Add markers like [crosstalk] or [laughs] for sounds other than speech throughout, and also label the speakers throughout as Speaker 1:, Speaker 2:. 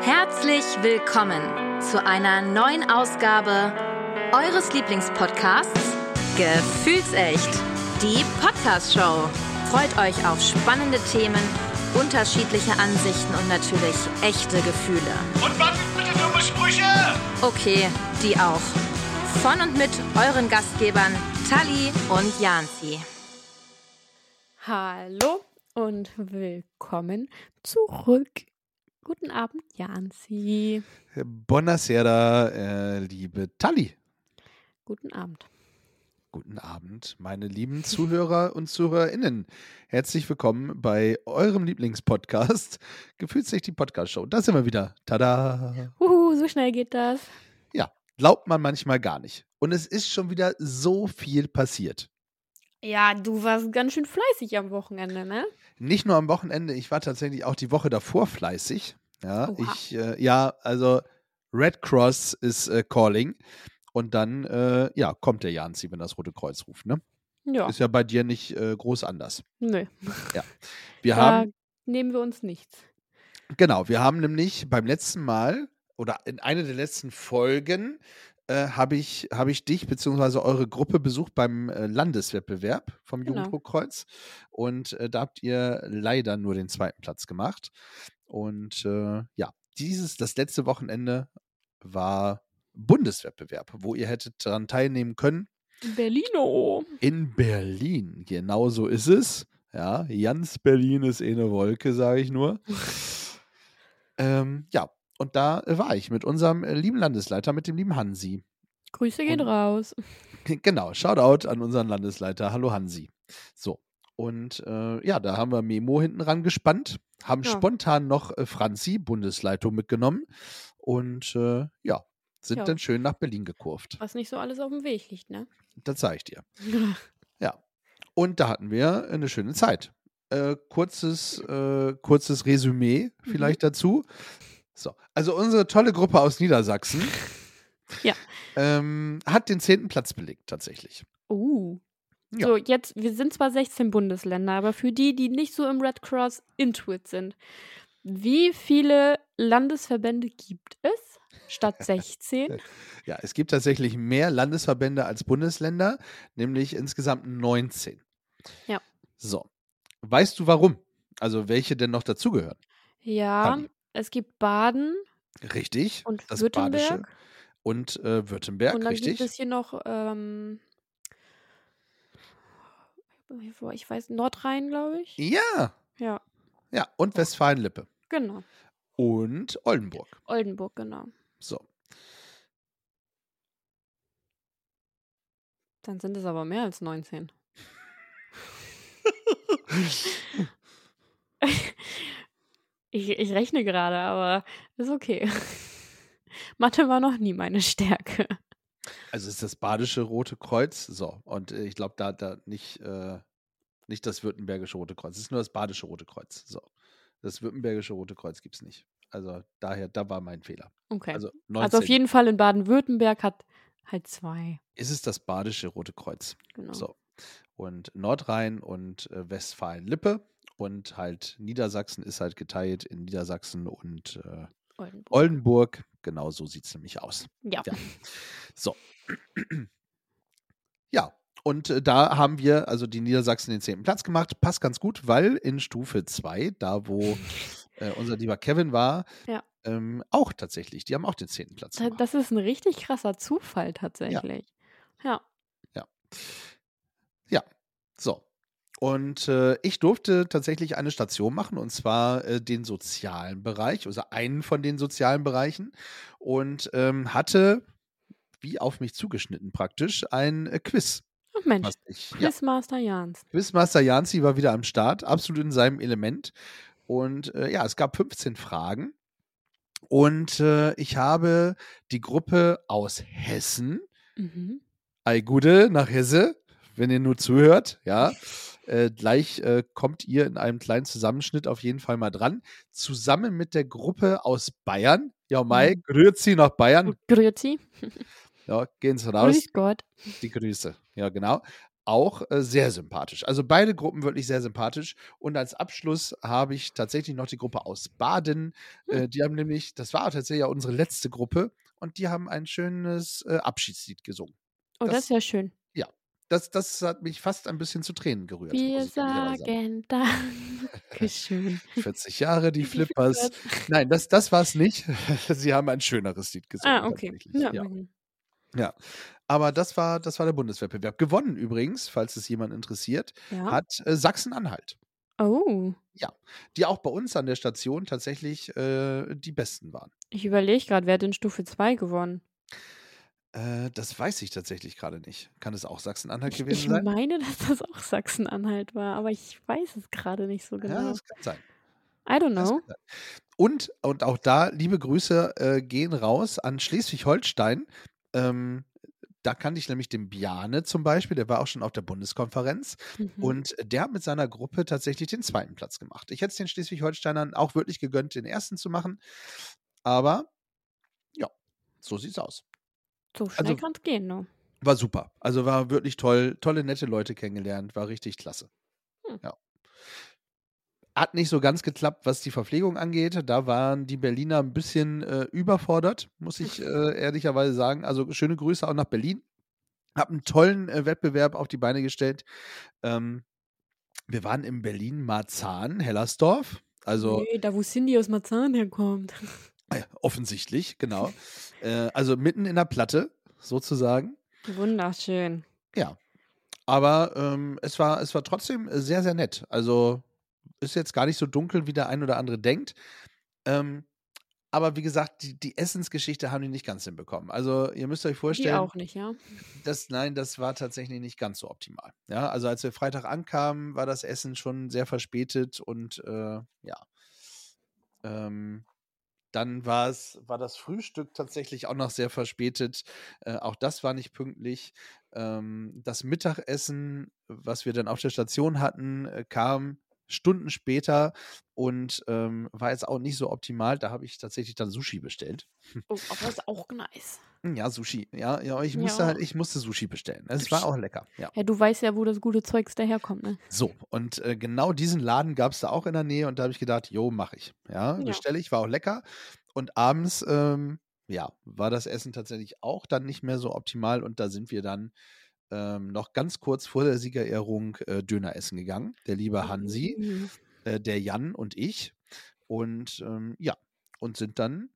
Speaker 1: Herzlich willkommen zu einer neuen Ausgabe eures Lieblingspodcasts Gefühlsecht, die Podcast Show. Freut euch auf spannende Themen, unterschiedliche Ansichten und natürlich echte Gefühle.
Speaker 2: Und was ist bitte dumme Sprüche?
Speaker 1: Okay, die auch. Von und mit euren Gastgebern Tali und Janzi.
Speaker 3: Hallo und willkommen zurück. Guten Abend, Janzi.
Speaker 4: Buonasera, äh, liebe Tali.
Speaker 3: Guten Abend.
Speaker 4: Guten Abend, meine lieben Zuhörer und ZuhörerInnen. Herzlich willkommen bei eurem Lieblingspodcast, Gefühlt sich die Podcast-Show. Da sind wir wieder. Tada!
Speaker 3: Huhu, so schnell geht das.
Speaker 4: Ja, glaubt man manchmal gar nicht. Und es ist schon wieder so viel passiert.
Speaker 3: Ja, du warst ganz schön fleißig am Wochenende, ne?
Speaker 4: Nicht nur am Wochenende, ich war tatsächlich auch die Woche davor fleißig. Ja,
Speaker 3: Oha.
Speaker 4: ich, äh, ja also Red Cross ist äh, calling. Und dann, äh, ja, kommt der Janzi, wenn das Rote Kreuz ruft, ne?
Speaker 3: Ja,
Speaker 4: Ist ja bei dir nicht äh, groß anders.
Speaker 3: nö.
Speaker 4: Wir
Speaker 3: Da
Speaker 4: haben,
Speaker 3: nehmen wir uns nichts.
Speaker 4: genau, wir haben nämlich beim letzten Mal oder in einer der letzten Folgen äh, habe ich, hab ich dich bzw. eure Gruppe besucht beim äh, Landeswettbewerb vom
Speaker 3: Genau.
Speaker 4: Jugendruckkreuz. Und äh, da habt ihr leider nur den zweiten Platz gemacht. Und äh, ja, dieses, das letzte Wochenende war Bundeswettbewerb, wo ihr hättet daran teilnehmen können.
Speaker 3: Berlino.
Speaker 4: In Berlin, genau so ist es. Ja, ganz Berlin ist eh eine Wolke, sage ich nur. ähm, ja, und da äh, war ich mit unserem äh, lieben Landesleiter, mit dem lieben Hansi. [laughs]
Speaker 3: Grüße gehen
Speaker 4: Und-
Speaker 3: raus.
Speaker 4: Genau, Shoutout an unseren Landesleiter. Hallo Hansi. So, und äh, ja, da haben wir Memo hinten ran gespannt, haben
Speaker 3: Ja.
Speaker 4: spontan noch äh, Franzi, Bundesleitung, mitgenommen und äh, ja, sind
Speaker 3: Ja.
Speaker 4: dann schön nach Berlin gekurvt.
Speaker 3: Was nicht so alles auf dem Weg liegt,
Speaker 4: [laughs]
Speaker 3: ne?
Speaker 4: Das zeige ich dir. Und da hatten wir eine schöne Zeit. Äh, kurzes, äh, kurzes Resümee
Speaker 3: Mhm.
Speaker 4: vielleicht dazu. So, also unsere tolle Gruppe aus Niedersachsen
Speaker 3: [laughs] Ja.
Speaker 4: ähm, hat den zehnten Platz belegt tatsächlich.
Speaker 3: Uh.
Speaker 4: Ja.
Speaker 3: So, jetzt, wir sind zwar 16 Bundesländer, aber für die, die nicht so im Red Cross Intuit sind, wie viele Landesverbände gibt es
Speaker 4: [laughs]
Speaker 3: statt 16?
Speaker 4: Ja, es gibt tatsächlich mehr Landesverbände als Bundesländer, nämlich insgesamt 19.
Speaker 3: Ja.
Speaker 4: So, weißt du warum? Also welche denn noch dazugehören?
Speaker 3: ja,
Speaker 4: Dann.
Speaker 3: es gibt Baden
Speaker 4: Richtig,
Speaker 3: und
Speaker 4: das Badische
Speaker 3: Württemberg.
Speaker 4: und äh, Württemberg,
Speaker 3: und dann
Speaker 4: richtig.
Speaker 3: gibt es hier noch, ähm, ich weiß, Nordrhein, glaube ich.
Speaker 4: ja,
Speaker 3: Ja,
Speaker 4: ja,
Speaker 3: Oh.
Speaker 4: und Westfalen-Lippe
Speaker 3: genau.
Speaker 4: und Oldenburg.
Speaker 3: Oldenburg, genau.
Speaker 4: So,
Speaker 3: Dann sind es aber mehr als 19. [laughs] ich, ich rechne gerade, aber ist okay. [laughs] Mathe war noch nie meine Stärke.
Speaker 4: also ist das Badische Rote Kreuz. So, und äh, ich glaube, da, da nicht, äh, nicht das Württembergische Rote Kreuz. Es ist nur das Badische Rote Kreuz. So, das Württembergische Rote Kreuz gibt es nicht. Also daher, da war mein Fehler.
Speaker 3: Okay. Also,
Speaker 4: Also 19.
Speaker 3: auf jeden Fall in Baden-Württemberg hat halt zwei.
Speaker 4: ist es das Badische Rote Kreuz.
Speaker 3: Genau.
Speaker 4: So. Und Nordrhein und äh, Westfalen-Lippe und halt Niedersachsen ist halt geteilt in Niedersachsen und äh,
Speaker 3: Oldenburg.
Speaker 4: Oldenburg. Genau so sieht es nämlich aus.
Speaker 3: ja.
Speaker 4: ja. So. Ja, und äh, da haben wir also die Niedersachsen den zehnten Platz gemacht. Passt ganz gut, weil in Stufe 2, da wo äh, unser lieber Kevin war,
Speaker 3: Ja.
Speaker 4: ähm, auch tatsächlich, die haben auch den zehnten Platz
Speaker 3: Da-
Speaker 4: gemacht.
Speaker 3: Das ist ein richtig krasser Zufall tatsächlich. Ja.
Speaker 4: so. Und äh, ich durfte tatsächlich eine Station machen, und zwar äh, den sozialen Bereich, also einen von den sozialen Bereichen. Und ähm, hatte, wie auf mich zugeschnitten praktisch, ein äh, Quiz.
Speaker 3: Ach Mensch,
Speaker 4: Was ich, ja,
Speaker 3: Quizmaster Jans.
Speaker 4: Quizmaster Janzi war wieder am Start, absolut in seinem Element. Und äh, ja, es gab 15 Fragen. Und äh, ich habe die Gruppe aus Hessen,
Speaker 3: Mhm.
Speaker 4: Ei Gude nach Hesse, wenn ihr nur zuhört, ja. Äh, gleich äh, kommt ihr in einem kleinen Zusammenschnitt auf jeden Fall mal dran. Zusammen mit der Gruppe aus Bayern. Ja, Mai, Grüezi nach Bayern.
Speaker 3: Grüezi.
Speaker 4: Ja, gehen Sie raus.
Speaker 3: Grüß Gott.
Speaker 4: Die Grüße. Ja, genau. auch äh, sehr sympathisch. Also beide Gruppen wirklich sehr sympathisch. Und als Abschluss habe ich tatsächlich noch die Gruppe aus Baden.
Speaker 3: Hm.
Speaker 4: Äh, die haben nämlich, das war tatsächlich ja unsere letzte Gruppe, und die haben ein schönes äh, Abschiedslied gesungen.
Speaker 3: Oh, das,
Speaker 4: Das-
Speaker 3: ist ja schön.
Speaker 4: Das, das hat mich fast ein bisschen zu Tränen gerührt.
Speaker 3: Wir
Speaker 4: muss ich ehrlicherweise sagen.
Speaker 3: sagen
Speaker 4: [laughs]
Speaker 3: Dankeschön. [laughs]
Speaker 4: 40 Jahre, die Flippers.
Speaker 3: Flippers.
Speaker 4: Nein, das, das war es nicht. [laughs] Sie haben ein schöneres Lied gesungen.
Speaker 3: Ah, okay.
Speaker 4: tatsächlich.
Speaker 3: Ja,
Speaker 4: Ja.
Speaker 3: okay.
Speaker 4: Aber das war, das war der Bundeswettbewerb. Gewonnen übrigens, falls es jemand interessiert,
Speaker 3: ja.
Speaker 4: hat äh, Sachsen-Anhalt,
Speaker 3: Oh,
Speaker 4: die auch bei uns an der Station tatsächlich äh, die Besten waren.
Speaker 3: ich überlege gerade, wer hat in Stufe 2 gewonnen?
Speaker 4: Äh, das weiß ich tatsächlich gerade nicht. Kann es auch Sachsen-Anhalt
Speaker 3: Ich,
Speaker 4: gewesen
Speaker 3: ich
Speaker 4: sein?
Speaker 3: meine, [laughs] dass das auch Sachsen-Anhalt war, aber ich weiß es gerade nicht so
Speaker 4: Ja,
Speaker 3: genau.
Speaker 4: das kann sein.
Speaker 3: I don't
Speaker 4: Das
Speaker 3: know.
Speaker 4: kann sein. Und, und auch da, liebe Grüße äh, gehen raus an Schleswig-Holstein. Ähm, da kannte ich nämlich den Bjane zum Beispiel, der war auch schon auf der Bundeskonferenz.
Speaker 3: Mhm.
Speaker 4: Und der hat mit seiner Gruppe tatsächlich den zweiten Platz gemacht. Ich hätte es den Schleswig-Holsteinern auch wirklich gegönnt, den ersten zu machen. Aber ja, so sieht's aus.
Speaker 3: so schnell
Speaker 4: also-
Speaker 3: kann's gehen, ne?
Speaker 4: War super. Also war wirklich toll, tolle, nette Leute kennengelernt, war richtig klasse.
Speaker 3: Hm.
Speaker 4: Ja. Hat nicht so ganz geklappt, was die Verpflegung angeht. Da waren die Berliner ein bisschen äh, überfordert, muss ich äh, ehrlicherweise sagen. Also schöne Grüße auch nach Berlin. Hab einen tollen äh, Wettbewerb auf die Beine gestellt. Ähm, wir waren in Berlin-Marzahn, Hellersdorf. Also
Speaker 3: Nee, da wo Cindy aus Marzahn herkommt.
Speaker 4: äh, offensichtlich, genau. äh, also mitten in der Platte sozusagen.
Speaker 3: Wunderschön.
Speaker 4: Aber ähm, es, war, es war trotzdem äh, sehr, sehr nett. Also ist jetzt gar nicht so dunkel, wie der ein oder andere denkt. Ähm, aber wie gesagt, die, die Essensgeschichte haben die nicht ganz hinbekommen. Also ihr müsst euch
Speaker 3: Die
Speaker 4: vorstellen,
Speaker 3: auch nicht, ja?
Speaker 4: das, nein, das war tatsächlich nicht ganz so optimal. Ja, also als wir Freitag ankamen, war das Essen schon sehr verspätet und äh, ja. Ähm, dann war es, war das Frühstück tatsächlich auch noch sehr verspätet. Äh, auch das war nicht pünktlich. Ähm, das Mittagessen, was wir dann auf der Station hatten, äh, kam Stunden später und ähm, war jetzt auch nicht so optimal. Da habe ich tatsächlich dann Sushi bestellt.
Speaker 3: Oh, aber ist auch nice.
Speaker 4: Ja, Sushi. Ja, ja ich musste
Speaker 3: Ja.
Speaker 4: halt, ich musste Sushi bestellen. Also, Es war
Speaker 3: Sushi.
Speaker 4: auch lecker. Ja.
Speaker 3: Ja, du weißt ja, wo das gute Zeugs daherkommt, ne?
Speaker 4: So, und äh, genau diesen Laden gab es da auch in der Nähe und da habe ich gedacht, jo, mache ich. Ja,
Speaker 3: Ja.
Speaker 4: bestelle ich, war auch lecker. Und abends, ähm, ja, war das Essen tatsächlich auch dann nicht mehr so optimal und da sind wir dann ähm, noch ganz kurz vor der Siegerehrung äh, Döner essen gegangen. Der liebe Hansi,
Speaker 3: Mhm.
Speaker 4: äh, der Jan und ich. Und ähm, ja, und sind dann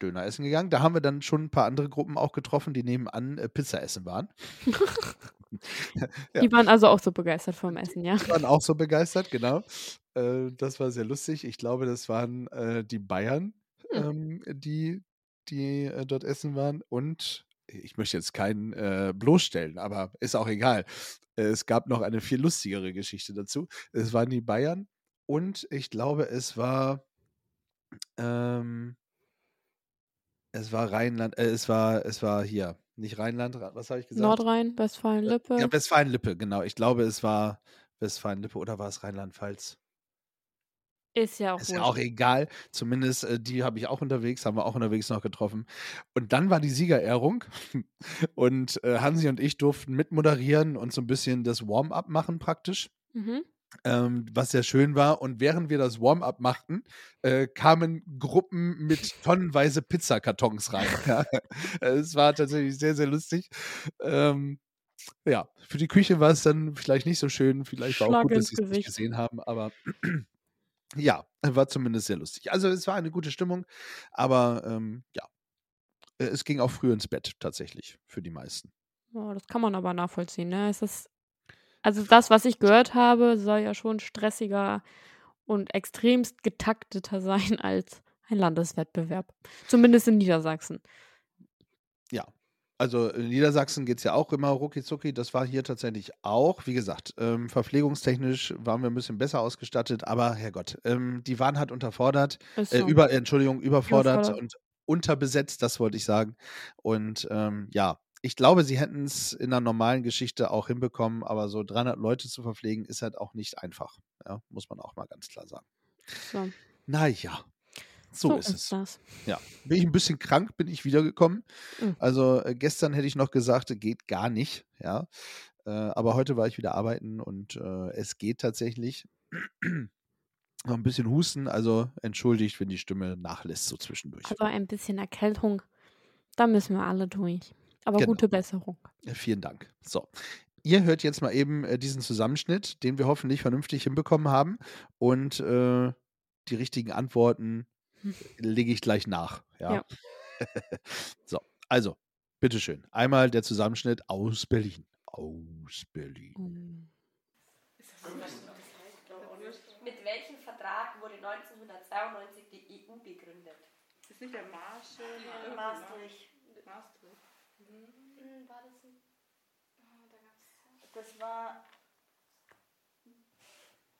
Speaker 4: Döner essen gegangen. Da haben wir dann schon ein paar andere Gruppen auch getroffen, die nebenan äh, Pizza essen waren. Ja.
Speaker 3: Die waren also auch so begeistert vom Essen, ja?
Speaker 4: waren auch so begeistert, genau. Äh, das war sehr lustig. Ich glaube, das waren äh, die Bayern, ähm, die, die äh, dort essen waren. Und ich möchte jetzt keinen äh, bloßstellen, aber ist auch egal. Äh, es gab noch eine viel lustigere Geschichte dazu. Es waren die Bayern und ich glaube, es war. Ähm, es war Rheinland, äh, es war, es war hier, nicht Rheinland, was habe ich gesagt?
Speaker 3: Nordrhein, Westfalen,
Speaker 4: Äh,
Speaker 3: Lippe.
Speaker 4: Ja, Westfalen-Lippe, genau. Ich glaube, es war Westfalen-Lippe oder war es Rheinland-Pfalz?
Speaker 3: ist ja auch
Speaker 4: Ist ja
Speaker 3: wurscht.
Speaker 4: auch e egal. Zumindest äh, die habe ich auch unterwegs, haben wir auch unterwegs noch getroffen. Und dann war die Siegerehrung [laughs] und äh, Hansi und ich durften mitmoderieren und so ein bisschen das Warm-up machen praktisch.
Speaker 3: Mhm.
Speaker 4: Ähm, was sehr schön war. Und während wir das Warm-up machten, äh, kamen Gruppen mit tonnenweise
Speaker 3: [laughs]
Speaker 4: Pizzakartons rein. Ja. es war tatsächlich sehr, sehr lustig. Ähm, ja, für die Küche war es dann vielleicht nicht so schön. Vielleicht war auch
Speaker 3: Schlag
Speaker 4: gut,
Speaker 3: ins
Speaker 4: dass sie es
Speaker 3: Gesicht.
Speaker 4: nicht gesehen haben, aber [clears throat] ja, war zumindest sehr lustig. Also es war eine gute Stimmung, aber ähm, ja, Äh, es ging auch früh ins Bett tatsächlich für die meisten.
Speaker 3: Ja, das kann man aber nachvollziehen, ne? Es ist, also das, was ich gehört habe, soll ja schon stressiger und extremst getakteter [laughs] sein als ein Landeswettbewerb. Zumindest in Niedersachsen.
Speaker 4: Also in Niedersachsen geht es ja auch immer rucki zucki. Das war hier tatsächlich auch. Wie gesagt, ähm, verpflegungstechnisch waren wir ein bisschen besser ausgestattet, aber Herrgott, ähm, die waren halt unterfordert,
Speaker 3: Ist
Speaker 4: äh,
Speaker 3: so.
Speaker 4: über, Entschuldigung, überfordert,
Speaker 3: Überfordert.
Speaker 4: und unterbesetzt, das wollte ich sagen. Und ähm, ja, ich glaube, sie hätten es in einer normalen Geschichte auch hinbekommen, aber so 300 Leute zu verpflegen ist halt auch nicht einfach. Ja, muss man auch mal ganz klar sagen.
Speaker 3: so.
Speaker 4: Naja, so, ist es.
Speaker 3: das.
Speaker 4: Ja, bin ich ein bisschen krank, bin ich wiedergekommen.
Speaker 3: Mhm.
Speaker 4: Also äh, gestern hätte ich noch gesagt, äh, geht gar nicht, ja. Äh, aber heute war ich wieder arbeiten und äh, es geht tatsächlich. Noch ein bisschen husten, also entschuldigt, wenn die Stimme nachlässt so zwischendurch.
Speaker 3: Also ein bisschen Erkältung. Da müssen wir alle durch. Aber
Speaker 4: Genau.
Speaker 3: gute Besserung.
Speaker 4: Äh, Vielen Dank. So. Ihr hört jetzt mal eben äh, diesen Zusammenschnitt, den wir hoffentlich vernünftig hinbekommen haben. Und äh, die richtigen Antworten
Speaker 3: Hm.
Speaker 4: lege ich gleich nach. Ja.
Speaker 3: Ja.
Speaker 4: [laughs] so, also, bitteschön. Einmal der Zusammenschnitt aus Berlin. Aus Berlin.
Speaker 3: Oh.
Speaker 4: Mhm.
Speaker 5: Mit welchem Vertrag wurde 1992 die EU gegründet?
Speaker 6: Ist nicht der Marshall?
Speaker 5: In Maastricht.
Speaker 6: ne? Maastricht.
Speaker 5: War das ein? Das war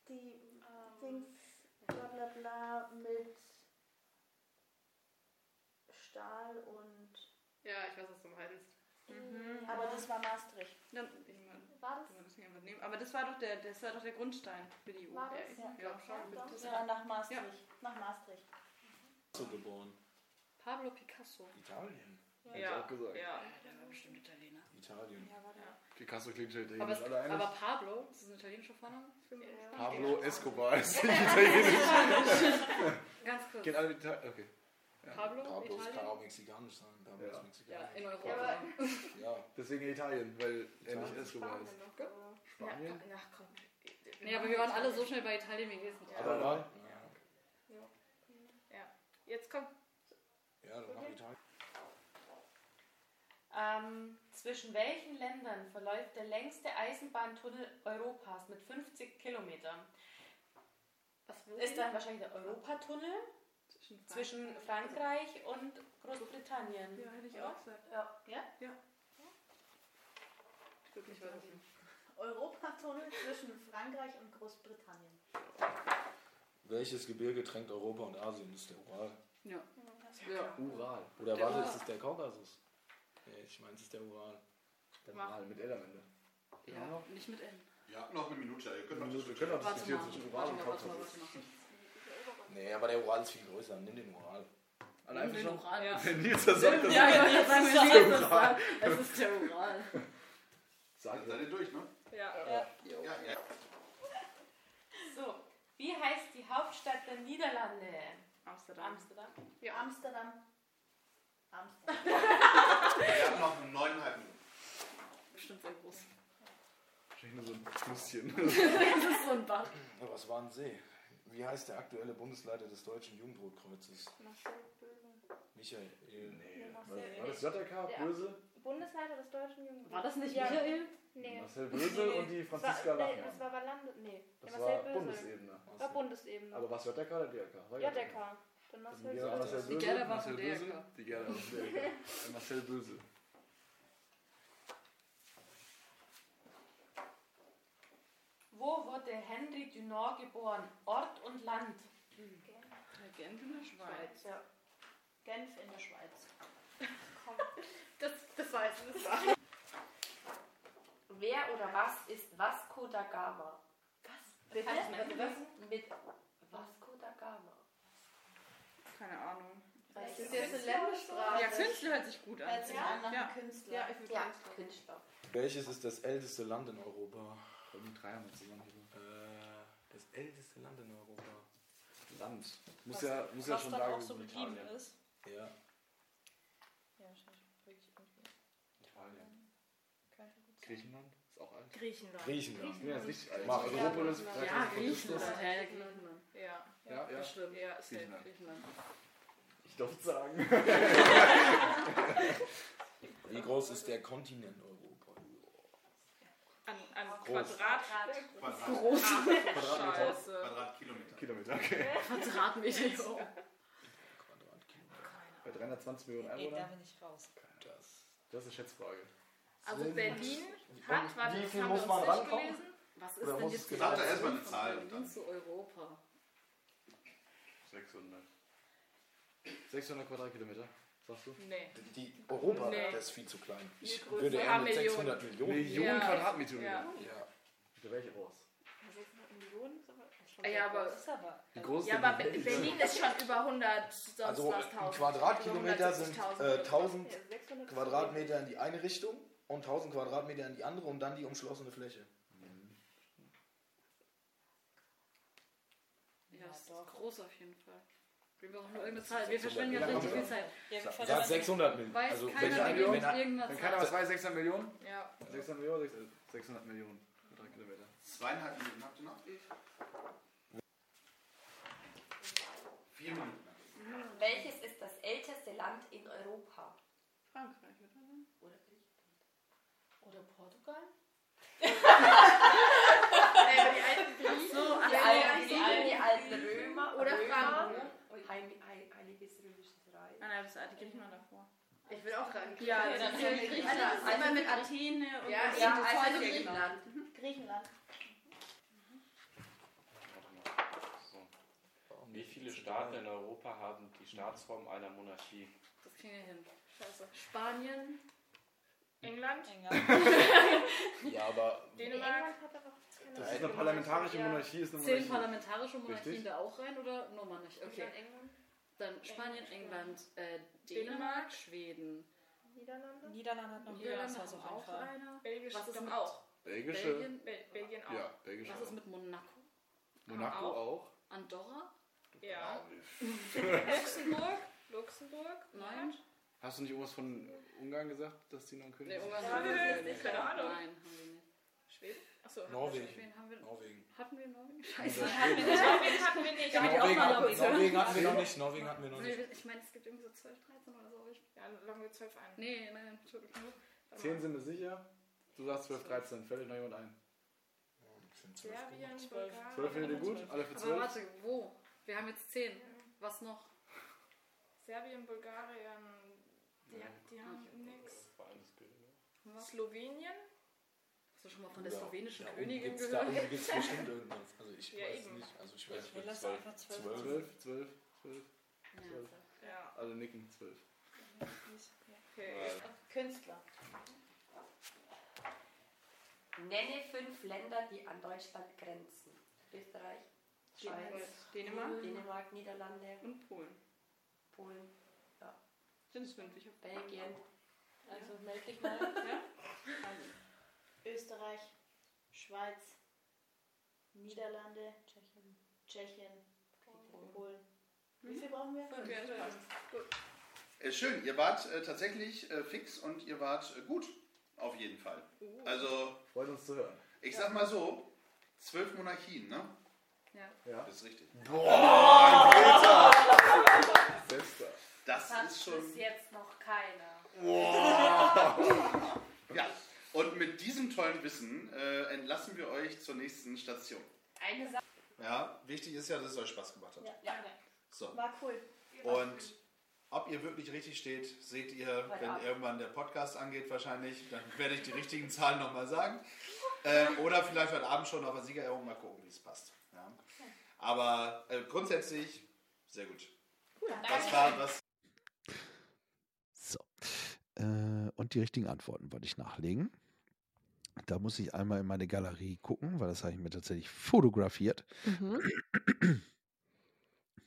Speaker 5: die
Speaker 7: Ähm.
Speaker 5: Dings bla bla bla mit Stahl und.
Speaker 6: Ja, ich weiß, was du meinst. Mhm.
Speaker 5: Aber das war Maastricht.
Speaker 6: Dann, ich mein,
Speaker 5: War
Speaker 6: wir müssen irgendwas nehmen. Aber das war doch der, das war doch der Grundstein für die EU.
Speaker 5: War das?
Speaker 6: Ja, ich glaube schon. mit
Speaker 5: Das
Speaker 6: das
Speaker 5: war nach Maastricht. Nach Maastricht.
Speaker 8: geboren.
Speaker 6: Pablo Picasso.
Speaker 8: Italien.
Speaker 6: Ja,
Speaker 8: ich auch gesagt.
Speaker 6: ja.
Speaker 8: Italien.
Speaker 6: Ja, war der.
Speaker 8: Picasso klingt italienisch.
Speaker 6: Aber, es,
Speaker 8: Alle einig.
Speaker 6: aber Pablo, das ist ein italienischer Vorname. Für ja.
Speaker 8: Pablo Escobar
Speaker 6: [laughs]
Speaker 8: ist nicht italienisch.
Speaker 6: Ganz kurz.
Speaker 8: Geht alle mit Italien. Okay.
Speaker 6: Pablo,
Speaker 9: Ah, Pablo
Speaker 6: Italien.
Speaker 9: kann auch mexikanisch sein. Pablo
Speaker 8: Ja.
Speaker 9: ist
Speaker 6: Ja,
Speaker 9: mexikanisch.
Speaker 6: in Europa.
Speaker 9: Ja.
Speaker 8: Deswegen Italien, weil er nicht Escobar ist.
Speaker 6: Ja,
Speaker 8: Spanien?
Speaker 6: Ach komm. Nee, aber wir waren alle so schnell bei Italien, wir wissen
Speaker 8: Aber nein.
Speaker 9: Ah,
Speaker 6: Jetzt kommt.
Speaker 9: Ja, dann nach Italien.
Speaker 5: Ähm, zwischen welchen Ländern verläuft der längste Eisenbahntunnel Europas mit 50 Kilometern?
Speaker 6: Was
Speaker 5: Ist dann wahrscheinlich der Europatunnel zwischen Frankreich und Großbritannien.
Speaker 6: Ja, hätte ich
Speaker 5: oder?
Speaker 6: auch gesagt.
Speaker 5: Ja. ja?
Speaker 6: Gut, ich weiß es nicht.
Speaker 5: Europatunnel zwischen Frankreich und Großbritannien.
Speaker 9: Welches Gebirge tränkt Europa und Asien? Das ist der Ural.
Speaker 6: Ja. Ja.
Speaker 8: Ural.
Speaker 9: Oder
Speaker 6: Der
Speaker 9: warte,
Speaker 6: Ural.
Speaker 9: ist es der Kaukasus? Nee, ich meine, es ist der Ural.
Speaker 8: Der
Speaker 6: Mach.
Speaker 8: Ural mit L am Ende.
Speaker 6: ja. Nicht mit N.
Speaker 8: Ihr habt noch eine Minute. Ihr könnt noch, wir können noch
Speaker 6: Warte
Speaker 8: diskutieren
Speaker 6: mal.
Speaker 8: zwischen Ural
Speaker 6: Warte
Speaker 8: und
Speaker 6: mal, warte mal,
Speaker 8: Kaukasus.
Speaker 6: warte mal.
Speaker 9: Nee, aber der Ural ist viel größer. Nimm den Ural.
Speaker 8: Allein einfach schon.
Speaker 6: Ural. Ja,
Speaker 8: Wenn Nils das sagt, dann
Speaker 6: ja, ja, jetzt sagen wir nicht, das war- das ist der Ural.
Speaker 8: sagt
Speaker 2: Seid
Speaker 8: er.
Speaker 2: ihr durch, ne?
Speaker 6: Ja.
Speaker 2: Ja, ja.
Speaker 5: So, wie heißt die Hauptstadt der Niederlande?
Speaker 6: Amsterdam.
Speaker 5: Amsterdam.
Speaker 6: Ja.
Speaker 5: Amsterdam. Amsterdam.
Speaker 2: Wir haben noch neuneinhalb Minuten.
Speaker 6: Bestimmt sehr groß.
Speaker 8: Wahrscheinlich nur so ein Flüsschen.
Speaker 6: Das ist so ein Bad.
Speaker 9: Aber es war ein See. Wie heißt der aktuelle Bundesleiter des Deutschen Jugendrotkreuzes? Michael. Nee.
Speaker 8: War das JK? Böse?
Speaker 7: Bundesleiter des deutschen Jugend.
Speaker 6: War das nicht
Speaker 7: Ja.
Speaker 6: Michael?
Speaker 7: Nee.
Speaker 8: Marcel Böse und die
Speaker 7: Das war,
Speaker 8: Franziska
Speaker 7: nee, das
Speaker 8: Lachmann.
Speaker 7: war Valande. Nee.
Speaker 8: Das
Speaker 7: ja,
Speaker 8: war
Speaker 7: Marcel Bösel.
Speaker 8: Bundesebene.
Speaker 7: War Bundesebene.
Speaker 8: Aber was JK oder DRK? War
Speaker 7: ja, Decker. Dann Marcel
Speaker 8: Ja,
Speaker 7: Bösel.
Speaker 8: Marcel
Speaker 6: Die
Speaker 8: Böse,
Speaker 6: Gerda war
Speaker 8: Marcel
Speaker 6: von
Speaker 8: Böse,
Speaker 6: DRK.
Speaker 8: Die Gerda war von DRK. [laughs] Marcel Böse.
Speaker 5: Wo wurde Henry Dunant geboren? Ort und Land.
Speaker 6: Regent in der Schweiz.
Speaker 5: ja. Genf in der Schweiz.
Speaker 6: Das, das weiß ich.
Speaker 5: Wer oder was ist Vasco da Gama? Was? Bitte?
Speaker 6: Kannst du mir
Speaker 5: Also was mit Vasco da Gama?
Speaker 6: Keine Ahnung.
Speaker 5: Das
Speaker 6: ist jetzt
Speaker 5: eine Ländestraße.
Speaker 6: Ja, Künstler hört sich gut an.
Speaker 5: Ja, nach
Speaker 6: Ja.
Speaker 5: Künstler.
Speaker 6: Ja, ich würde
Speaker 5: Ja,
Speaker 6: sagen.
Speaker 5: Künstler.
Speaker 9: Welches ist das älteste Land in Europa?
Speaker 8: Komm, die drei haben wir zusammen hier.
Speaker 9: Äh, das älteste Land in Europa.
Speaker 8: Land. Muss ja, muss ja schon da gewesen Italien.
Speaker 5: ist.
Speaker 9: Ja.
Speaker 8: Italien. Griechenland? Ist auch alt.
Speaker 5: Griechenland.
Speaker 9: Griechenland.
Speaker 8: Ja, ist richtig alt.
Speaker 9: Mach. also
Speaker 8: Europolis.
Speaker 6: Ja,
Speaker 8: Griechenland.
Speaker 6: Griechenland. Ja, Griechenland. Ja,
Speaker 8: Ja, ja.
Speaker 6: das stimmt. Ja, ist ja
Speaker 8: Griechenland.
Speaker 6: Griechenland.
Speaker 8: Ich durfte sagen.
Speaker 9: Wie groß ist der Kontinent Europa?
Speaker 6: An, an
Speaker 9: Groß.
Speaker 6: Quadrat.
Speaker 2: Quadrat,
Speaker 6: Scheiße.
Speaker 2: Quadratkilometer.
Speaker 8: Kilometer, okay.
Speaker 6: Quadratmeter.
Speaker 9: Quadratkilometer.
Speaker 8: Bei 320 Millionen Einwohnern?
Speaker 9: Das.
Speaker 8: Das ist eine Schätzfrage.
Speaker 6: Also Berlin
Speaker 9: Und
Speaker 6: hat, warte,
Speaker 9: wie
Speaker 6: das
Speaker 9: viel
Speaker 6: haben
Speaker 9: muss
Speaker 6: wir
Speaker 9: man
Speaker 6: uns
Speaker 9: rankommen?
Speaker 6: durchgelesen. Was ist
Speaker 9: Oder
Speaker 6: denn
Speaker 9: muss
Speaker 6: jetzt
Speaker 9: es
Speaker 6: die
Speaker 9: gesagt-
Speaker 2: Sag da erst mal eine
Speaker 6: Relation
Speaker 2: Zahl
Speaker 6: von
Speaker 2: und
Speaker 6: Berlin
Speaker 2: dann-
Speaker 6: zu Europa?
Speaker 8: 600. 600 Quadratkilometer, sagst du?
Speaker 6: Nee.
Speaker 9: Die Europa,
Speaker 6: Nee.
Speaker 9: das ist viel zu klein.
Speaker 6: Viel
Speaker 9: Ich
Speaker 6: größer.
Speaker 9: würde
Speaker 6: Ah,
Speaker 9: eher mit
Speaker 6: Millionen.
Speaker 9: 600 Millionen.
Speaker 8: Millionen
Speaker 6: Ja.
Speaker 8: Quadratmeter.
Speaker 6: Ja.
Speaker 9: Ja.
Speaker 8: Da wäre ich raus.
Speaker 6: Ja, aber,
Speaker 8: Wie groß
Speaker 6: ja,
Speaker 8: denn
Speaker 6: aber
Speaker 8: die
Speaker 6: Be- Berlin ist schon über 100, sonst
Speaker 9: Also
Speaker 6: was
Speaker 9: ein
Speaker 6: 1000.
Speaker 9: Quadratkilometer sind äh,
Speaker 6: 170.000.
Speaker 9: 1000 Quadratmeter in die eine Richtung und 1000 Quadratmeter in die andere und dann die umschlossene Fläche.
Speaker 5: Ja,
Speaker 6: Ja, das ist
Speaker 5: doch.
Speaker 6: groß auf jeden Fall. Wir brauchen nur irgendeine Zahl. Wir verschwenden ja richtig viel Zeit.
Speaker 5: Ja, wir
Speaker 9: Sag
Speaker 5: verlieren-
Speaker 9: 600 Millionen.
Speaker 6: Weiß
Speaker 9: Also,
Speaker 8: wenn
Speaker 6: keiner,
Speaker 8: ein
Speaker 6: wir
Speaker 8: Million-
Speaker 6: geben irgendeiner
Speaker 8: Dann kann aber
Speaker 6: Zahl.
Speaker 8: zwei 600 Millionen.
Speaker 6: Ja,
Speaker 8: 600 Millionen, sechs- äh, 600 Millionen. Quadratkilometer.
Speaker 2: Zweieinhalb Minuten habt ihr noch? Vier Minuten.
Speaker 5: Hm, Welches ist das älteste Land in Europa?
Speaker 6: Frankreich, oder?
Speaker 5: Oder Griechenland? Oder Portugal?
Speaker 6: [laughs]
Speaker 7: Äh, die alten Griechen,
Speaker 6: So,
Speaker 7: die alten, die alten, die alten
Speaker 5: Römer
Speaker 7: oder
Speaker 5: Römer.
Speaker 7: Franken.
Speaker 5: Heim- Heil- Heiliges römisches Reich.
Speaker 6: Ah, nein, das alte Griechenland davor.
Speaker 7: Ich will auch ran.
Speaker 6: Ja,
Speaker 5: Okay,
Speaker 6: das
Speaker 5: dann
Speaker 6: ist Also, ja
Speaker 5: haben wir
Speaker 6: Griechenland. Das ist immer
Speaker 7: Griechenland.
Speaker 6: mit Athene und
Speaker 7: Ja,
Speaker 6: und
Speaker 7: ja,
Speaker 6: das
Speaker 7: also
Speaker 6: zweite Griechenland.
Speaker 7: Griechenland.
Speaker 5: Griechenland.
Speaker 10: Wie viele Staaten in Europa haben die Staatsform einer Monarchie?
Speaker 6: Das kriegen wir hin. Scheiße. Spanien.
Speaker 7: England,
Speaker 5: England.
Speaker 9: Ja, aber
Speaker 7: Dänemark.
Speaker 8: Das ist eine parlamentarische
Speaker 7: Ja.
Speaker 8: Monarchie, ist eine
Speaker 6: Zählen
Speaker 8: Monarchie.
Speaker 6: parlamentarische Monarchien
Speaker 8: Richtig.
Speaker 6: da auch rein oder nur mal nicht? Okay.
Speaker 7: England, England,
Speaker 6: Dann Spanien, England, äh, Dänemark,
Speaker 7: Dänemark.
Speaker 6: Schweden.
Speaker 7: Niederlande.
Speaker 5: Niederlande hat noch höher,
Speaker 6: Niederlande
Speaker 5: das war
Speaker 6: haben
Speaker 5: so
Speaker 6: auch
Speaker 5: einfach.
Speaker 6: einer.
Speaker 7: Belgisch
Speaker 6: Was ist
Speaker 7: doch
Speaker 6: mit
Speaker 7: auch.
Speaker 8: Belgische.
Speaker 6: Belgien?
Speaker 7: Belgien auch.
Speaker 8: Ja, belgische.
Speaker 6: Was ist
Speaker 8: auch.
Speaker 6: mit Monaco?
Speaker 8: Monaco
Speaker 6: auch?
Speaker 8: auch?
Speaker 6: Andorra?
Speaker 7: Ja.
Speaker 6: Luxemburg?
Speaker 7: Luxemburg.
Speaker 6: Nein.
Speaker 8: Hast du nicht irgendwas von Ungarn gesagt, dass die noch ein König
Speaker 6: Nee,
Speaker 8: sind?
Speaker 6: Ungarn
Speaker 7: Ja,
Speaker 6: haben wir
Speaker 7: wir-
Speaker 6: ja nicht.
Speaker 7: keine Ahnung.
Speaker 6: Nein, haben wir nicht.
Speaker 7: Schweden. Achso,
Speaker 9: Norwegen.
Speaker 6: Schweden haben wir [laughs]
Speaker 9: Norwegen.
Speaker 6: Hatten wir Norwegen?
Speaker 8: Unser
Speaker 6: Scheiße.
Speaker 8: Schweden.
Speaker 7: Norwegen hatten wir nicht.
Speaker 6: Ja,
Speaker 7: aber-
Speaker 6: die auch mal Norwegen.
Speaker 9: Norwegen hatten wir noch nicht. Norwegen hatten wir noch nicht.
Speaker 6: Nee, Ich meine, es gibt irgendwie so 12, 13 oder so. aber Ich,
Speaker 7: Ja, loggen wir 12 ein.
Speaker 6: nee, nein, Entschuldigung.
Speaker 8: Zehn sind wir sicher. Du sagst 12, 13. Fällt dir noch jemand ein?
Speaker 7: Serbien,
Speaker 5: Zwölf.
Speaker 8: Zwölf
Speaker 7: Bulgarien.
Speaker 8: findet ihr gut? Alle für
Speaker 6: Aber
Speaker 8: zwölf?
Speaker 6: warte, wo? Wir haben jetzt 10. Was noch?
Speaker 7: Serbien, Bulgarien. Die, die haben nichts.
Speaker 6: Haben wir-
Speaker 7: Slowenien?
Speaker 6: Hast du schon mal von der
Speaker 9: Ja.
Speaker 6: slowenischen
Speaker 9: Da oben
Speaker 6: Königin
Speaker 9: gibt's, da
Speaker 6: gehört?
Speaker 9: oben gibt's bestimmt irgendwas. Also ich
Speaker 7: Ja,
Speaker 9: weiß
Speaker 7: eben.
Speaker 9: nicht. Also ich weiß
Speaker 5: Ich will
Speaker 9: nicht.
Speaker 5: das einfach zwölf.
Speaker 9: Zwölf.
Speaker 8: 12, 12, 12.
Speaker 6: Ja.
Speaker 7: Ja,
Speaker 8: Alle nicken 12.
Speaker 7: okay.
Speaker 5: Künstler. Nenne fünf Länder, die an Deutschland grenzen. Österreich, Schweiz,
Speaker 6: Dänemark
Speaker 5: Dänemark, Niederlande,
Speaker 6: und Polen.
Speaker 5: Polen,
Speaker 6: Sind es fünf? Ich hab
Speaker 5: Belgien. Also melde dich
Speaker 6: Ja?
Speaker 5: mal.
Speaker 11: Österreich, Schweiz, Niederlande, Tschechien, Tschechien Polen. Wie viel brauchen wir?
Speaker 6: Fünf. Ja, das passt.
Speaker 2: Äh, schön, ihr wart äh, tatsächlich äh, fix und ihr wart äh, gut. Auf jeden Fall. Also,
Speaker 8: Freut uns zu hören.
Speaker 2: ich sag mal so, zwölf Monarchien, ne?
Speaker 6: Ja.
Speaker 8: Ja.
Speaker 2: Das ist richtig.
Speaker 8: Selbst da.
Speaker 2: Das
Speaker 5: Hat
Speaker 2: ist schon...
Speaker 5: bis jetzt noch keiner.
Speaker 2: Ja, und mit diesem tollen Wissen äh, entlassen wir euch zur nächsten Station.
Speaker 5: Eine Sache.
Speaker 2: Ja, wichtig ist ja, dass es euch Spaß gemacht hat.
Speaker 11: Ja.
Speaker 5: Ja.
Speaker 2: So.
Speaker 11: War cool.
Speaker 2: Und ob ihr wirklich richtig steht, seht ihr,
Speaker 5: Heute
Speaker 2: wenn
Speaker 5: Abend.
Speaker 2: irgendwann der Podcast angeht wahrscheinlich. Dann werde ich die richtigen Zahlen nochmal sagen. Äh, oder vielleicht heute Abend schon auf der Siegerehrung mal gucken, wie es passt. Ja. Aber äh, grundsätzlich sehr gut. Das war das.
Speaker 4: So. Äh, und die richtigen Antworten wollte ich nachlegen. Da muss ich einmal in meine Galerie gucken, weil das habe ich mir tatsächlich fotografiert.
Speaker 3: Mhm.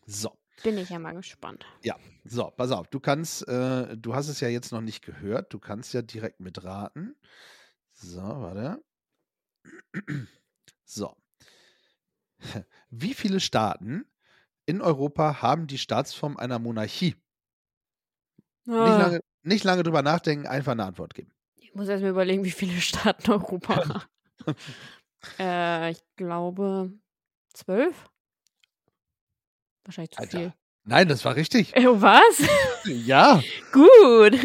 Speaker 4: So,
Speaker 3: Bin ich ja mal gespannt.
Speaker 4: so, pass auf, du kannst, äh, du hast es ja jetzt noch nicht gehört, du kannst ja direkt mitraten. So, warte. So. [laughs] Wie viele Staaten in Europa haben die Staatsform einer Monarchie? Nicht,
Speaker 3: Ah,
Speaker 4: lange, nicht lange drüber nachdenken, einfach eine Antwort geben.
Speaker 3: Ich muss erst mal überlegen, wie viele Staaten Europa hat. äh, ich glaube zwölf. Wahrscheinlich zu
Speaker 4: Alter.
Speaker 3: viel.
Speaker 4: Nein, das war richtig.
Speaker 3: Äh, was? [laughs]
Speaker 4: Ja,
Speaker 3: Gut.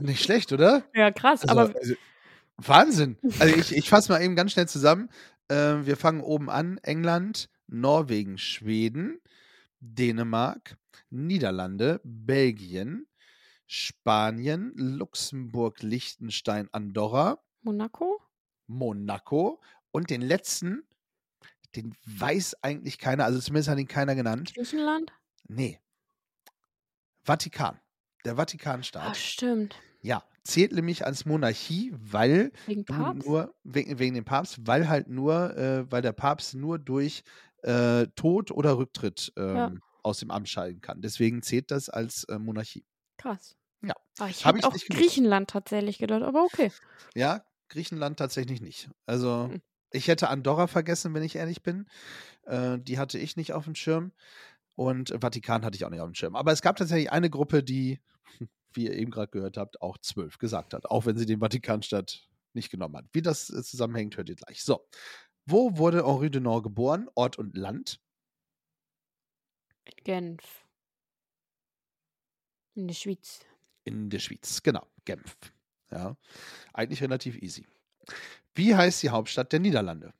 Speaker 4: nicht schlecht, oder?
Speaker 3: Ja, krass.
Speaker 4: Also,
Speaker 3: aber
Speaker 4: also, Wahnsinn. Also ich, ich fasse mal eben ganz schnell zusammen. Ähm, wir fangen oben an. England, Norwegen, Schweden, Dänemark, Niederlande, Belgien, Spanien, Luxemburg, Liechtenstein, Andorra,
Speaker 3: Monaco?
Speaker 4: Monaco und den letzten, den weiß eigentlich keiner, also zumindest hat ihn keiner genannt.
Speaker 3: Griechenland?
Speaker 4: Nee. Vatikan. Der
Speaker 3: Ah,
Speaker 4: Vatikanstaat.
Speaker 3: stimmt.
Speaker 4: Ja, zählt nämlich als Monarchie, weil
Speaker 3: Wegen
Speaker 4: du
Speaker 3: Papst?
Speaker 4: nur wegen, wegen dem Papst, weil halt nur, äh, weil der Papst nur durch äh, Tod oder Rücktritt ähm, aus dem Amt schalten kann. Deswegen zählt das als äh, Monarchie.
Speaker 3: Krass.
Speaker 4: Ja.
Speaker 3: Oh, ich
Speaker 4: Hab
Speaker 3: habe
Speaker 4: ich
Speaker 3: auch
Speaker 4: nicht gewusst.
Speaker 3: Griechenland tatsächlich gedacht, aber okay.
Speaker 4: Ja, Griechenland tatsächlich nicht. Also
Speaker 3: Hm.
Speaker 4: ich hätte Andorra vergessen, wenn ich ehrlich bin. Äh, die hatte ich nicht auf dem Schirm. Und Vatikan hatte ich auch nicht auf dem Schirm. Aber es gab tatsächlich eine Gruppe, die, [laughs] wie ihr eben gerade gehört habt, auch zwölf gesagt hat. Auch wenn sie den Vatikanstadt nicht genommen hat. Wie das äh, zusammenhängt, hört ihr gleich. So. Wo wurde Henri Dunant geboren? Ort und Land?
Speaker 3: Genf. In der Schweiz. [laughs]
Speaker 4: In der Schweiz, genau, Genf. Ja, eigentlich relativ easy. Wie heißt die Hauptstadt der Niederlande?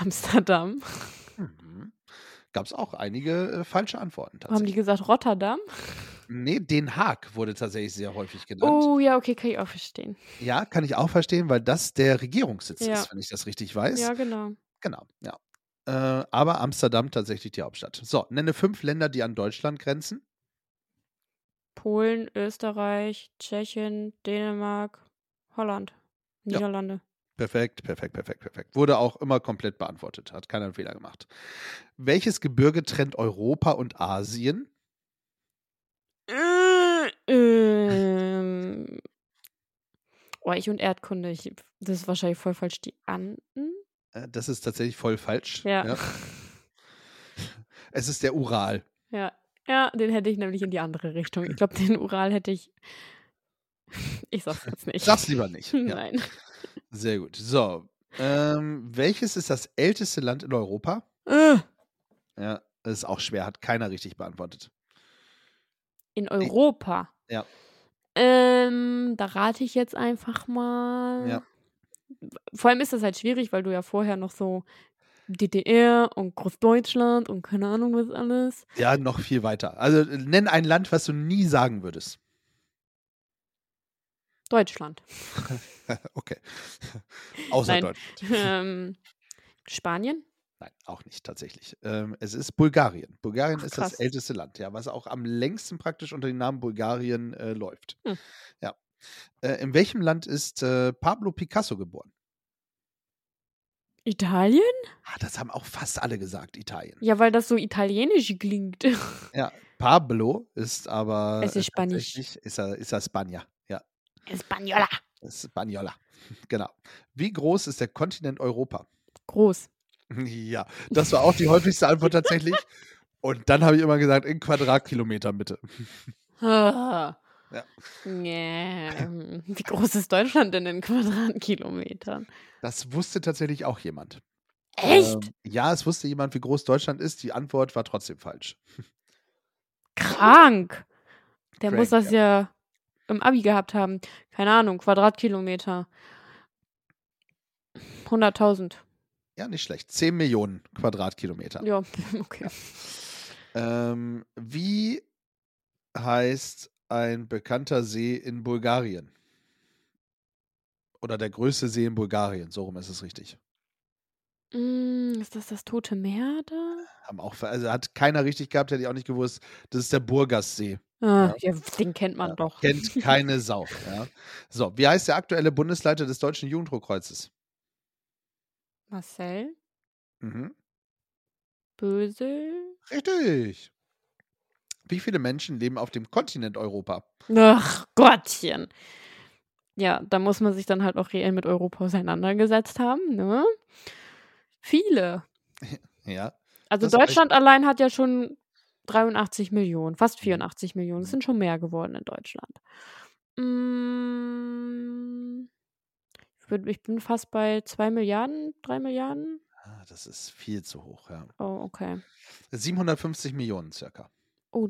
Speaker 3: Amsterdam.
Speaker 4: Mhm. Gab es auch einige äh, falsche Antworten
Speaker 3: Haben die
Speaker 4: tatsächlich.
Speaker 3: gesagt Rotterdam?
Speaker 4: Nee, Den Haag wurde tatsächlich sehr häufig genannt.
Speaker 3: Oh ja, okay, kann ich auch verstehen.
Speaker 4: Ja, kann ich auch verstehen, weil das der Regierungssitz
Speaker 3: Ja.
Speaker 4: ist, wenn ich das richtig weiß.
Speaker 3: Ja, genau.
Speaker 4: Genau, ja. Äh, aber Amsterdam tatsächlich die Hauptstadt. So, nenne fünf Länder, die an Deutschland grenzen.
Speaker 3: Polen, Österreich, Tschechien, Dänemark, Holland, [laughs]
Speaker 4: Ja.
Speaker 3: Niederlande.
Speaker 4: Perfekt, perfekt, perfekt, perfekt. Wurde auch immer komplett beantwortet. Hat keiner einen Fehler gemacht. Welches Gebirge trennt Europa und Asien?
Speaker 3: Äh, ähm, oh, ich und Erdkunde. Ich, das ist wahrscheinlich voll falsch. Die Anden?
Speaker 4: Äh, Das ist tatsächlich voll falsch.
Speaker 3: Ja. [laughs]
Speaker 4: Es ist der Ural.
Speaker 3: Ja. Ja, den hätte ich nämlich in die andere Richtung. Ich glaube, den Ural hätte ich. [laughs] Ich sag's jetzt nicht.
Speaker 4: Sag's lieber
Speaker 3: [laughs]
Speaker 4: nicht. Ja.
Speaker 3: Nein.
Speaker 4: Sehr gut. So. Ähm, welches ist das älteste Land in Europa?
Speaker 3: Äh,
Speaker 4: Ja, das ist auch schwer, hat keiner richtig beantwortet.
Speaker 3: in Europa.
Speaker 4: Ja.
Speaker 3: Ähm, da rate ich jetzt einfach mal.
Speaker 4: Ja.
Speaker 3: Vor allem ist das halt schwierig, weil du ja vorher noch so DDR und Großdeutschland und keine Ahnung was alles.
Speaker 4: Ja, noch viel weiter. Also äh, nenn ein Land, was du nie sagen würdest. [laughs]
Speaker 3: Deutschland.
Speaker 4: okay. [laughs] Außer
Speaker 3: Nein.
Speaker 4: Deutschland.
Speaker 3: ähm, Spanien?
Speaker 4: Nein, auch nicht tatsächlich. Ähm, es ist Bulgarien. Bulgarien
Speaker 3: Ach,
Speaker 4: ist
Speaker 3: krass.
Speaker 4: das älteste Land, ja, was auch am längsten praktisch unter dem Namen Bulgarien äh, läuft.
Speaker 3: Hm.
Speaker 4: Ja. Äh, in welchem Land ist äh, Pablo Picasso geboren?
Speaker 3: Italien?
Speaker 4: Ah, das haben auch fast alle gesagt, Italien.
Speaker 3: Ja, weil das so italienisch klingt. [laughs]
Speaker 4: Ja, Pablo ist aber
Speaker 3: Es ist
Speaker 4: äh,
Speaker 3: Spanisch.
Speaker 4: tatsächlich- Ist er, ist er Spanier, ja.
Speaker 3: Española.
Speaker 4: Spaniola. [laughs] Genau. Wie groß ist der Kontinent Europa? [laughs]
Speaker 3: Groß.
Speaker 4: Ja, das war auch die häufigste Antwort tatsächlich. Und dann habe ich immer gesagt, in Quadratkilometern bitte.
Speaker 3: Ah.
Speaker 4: Ja.
Speaker 3: Nee. [laughs] ähm, Wie groß ist Deutschland denn in Quadratkilometern?
Speaker 4: Das wusste tatsächlich auch jemand.
Speaker 3: Echt?
Speaker 4: Ähm, ja, es wusste jemand, wie groß Deutschland ist. Die Antwort war trotzdem falsch.
Speaker 3: Krank. Der muss
Speaker 4: Crank,
Speaker 3: das ja. im Abi gehabt haben. Keine Ahnung, Quadratkilometer. 100.000.
Speaker 4: Ja, nicht schlecht. 10 Millionen Quadratkilometer.
Speaker 3: Ja, [laughs] okay.
Speaker 4: Ähm, wie heißt ein bekannter See in Bulgarien? Oder der größte See in Bulgarien, so rum ist es richtig.
Speaker 3: Mm, ist das das Tote Meer da?
Speaker 4: Haben auch, ver- also hat keiner richtig gehabt, hätte ich auch nicht gewusst. Das ist der Burgassee.
Speaker 3: Ah, ja. den kennt man
Speaker 4: Ja,
Speaker 3: doch.
Speaker 4: Kennt keine Sau. Ja. So, wie heißt der aktuelle Bundesleiter des Deutschen Jugendrotkreuzes?
Speaker 3: Marcel?
Speaker 4: Mhm.
Speaker 3: Bösel?
Speaker 4: Richtig. Wie viele Menschen leben auf dem Kontinent Europa?
Speaker 3: Ach Gottchen. Ja, da muss man sich dann halt auch reell mit Europa auseinandergesetzt haben, ne? Viele.
Speaker 4: Ja.
Speaker 3: Also
Speaker 4: Das reicht.
Speaker 3: Deutschland allein hat ja schon 83 Millionen, fast 84 Millionen. Es
Speaker 4: Mhm.
Speaker 3: sind schon mehr geworden in Deutschland. Mm, Ich, würd, ich bin fast bei 2 Milliarden, 3 Milliarden.
Speaker 4: Ah, das ist viel zu hoch, ja.
Speaker 3: Oh, okay.
Speaker 4: 750 Millionen circa.
Speaker 3: Oh,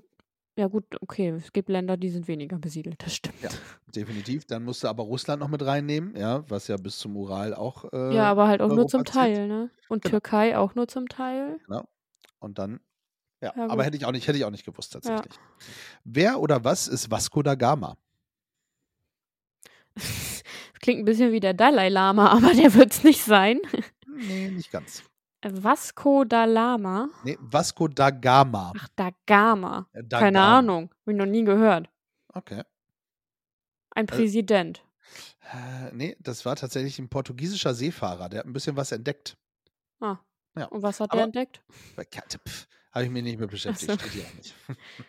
Speaker 3: ja gut, okay. Es gibt Länder, die sind weniger besiedelt, das stimmt.
Speaker 4: Ja, definitiv. Dann musst du aber Russland noch mit reinnehmen, ja, was ja bis zum Ural auch. äh,
Speaker 3: [laughs] Ja, aber halt auch nur
Speaker 4: Europa
Speaker 3: zum
Speaker 4: zählt.
Speaker 3: Teil, ne? Und
Speaker 4: Genau.
Speaker 3: Türkei auch nur zum Teil. [laughs]
Speaker 4: Genau. Und dann. Ja,
Speaker 3: Ja,
Speaker 4: aber
Speaker 3: gut.
Speaker 4: hätte ich auch nicht, hätte ich auch nicht gewusst tatsächlich. Wer oder was ist Vasco da Gama?
Speaker 3: Klingt ein bisschen wie der Dalai Lama, [laughs] aber der wird's nicht sein. Also
Speaker 4: Nee, nicht ganz.
Speaker 3: Vasco da Lama?
Speaker 4: Nee, Vasco da Gama.
Speaker 3: Ach, da Gama.
Speaker 4: Äh, da
Speaker 3: Keine
Speaker 4: Gama.
Speaker 3: Ahnung. Hab ich noch nie gehört.
Speaker 4: Okay.
Speaker 3: Ein
Speaker 4: Also-
Speaker 3: Präsident.
Speaker 4: Äh, nee, das war tatsächlich ein portugiesischer Seefahrer, der hat ein bisschen was entdeckt.
Speaker 3: Ah.
Speaker 4: Ja.
Speaker 3: Und was hat
Speaker 4: Aber-
Speaker 3: er entdeckt? [laughs]
Speaker 4: Habe ich mich nicht mehr beschäftigt,
Speaker 3: so.
Speaker 4: steht hier auch nicht.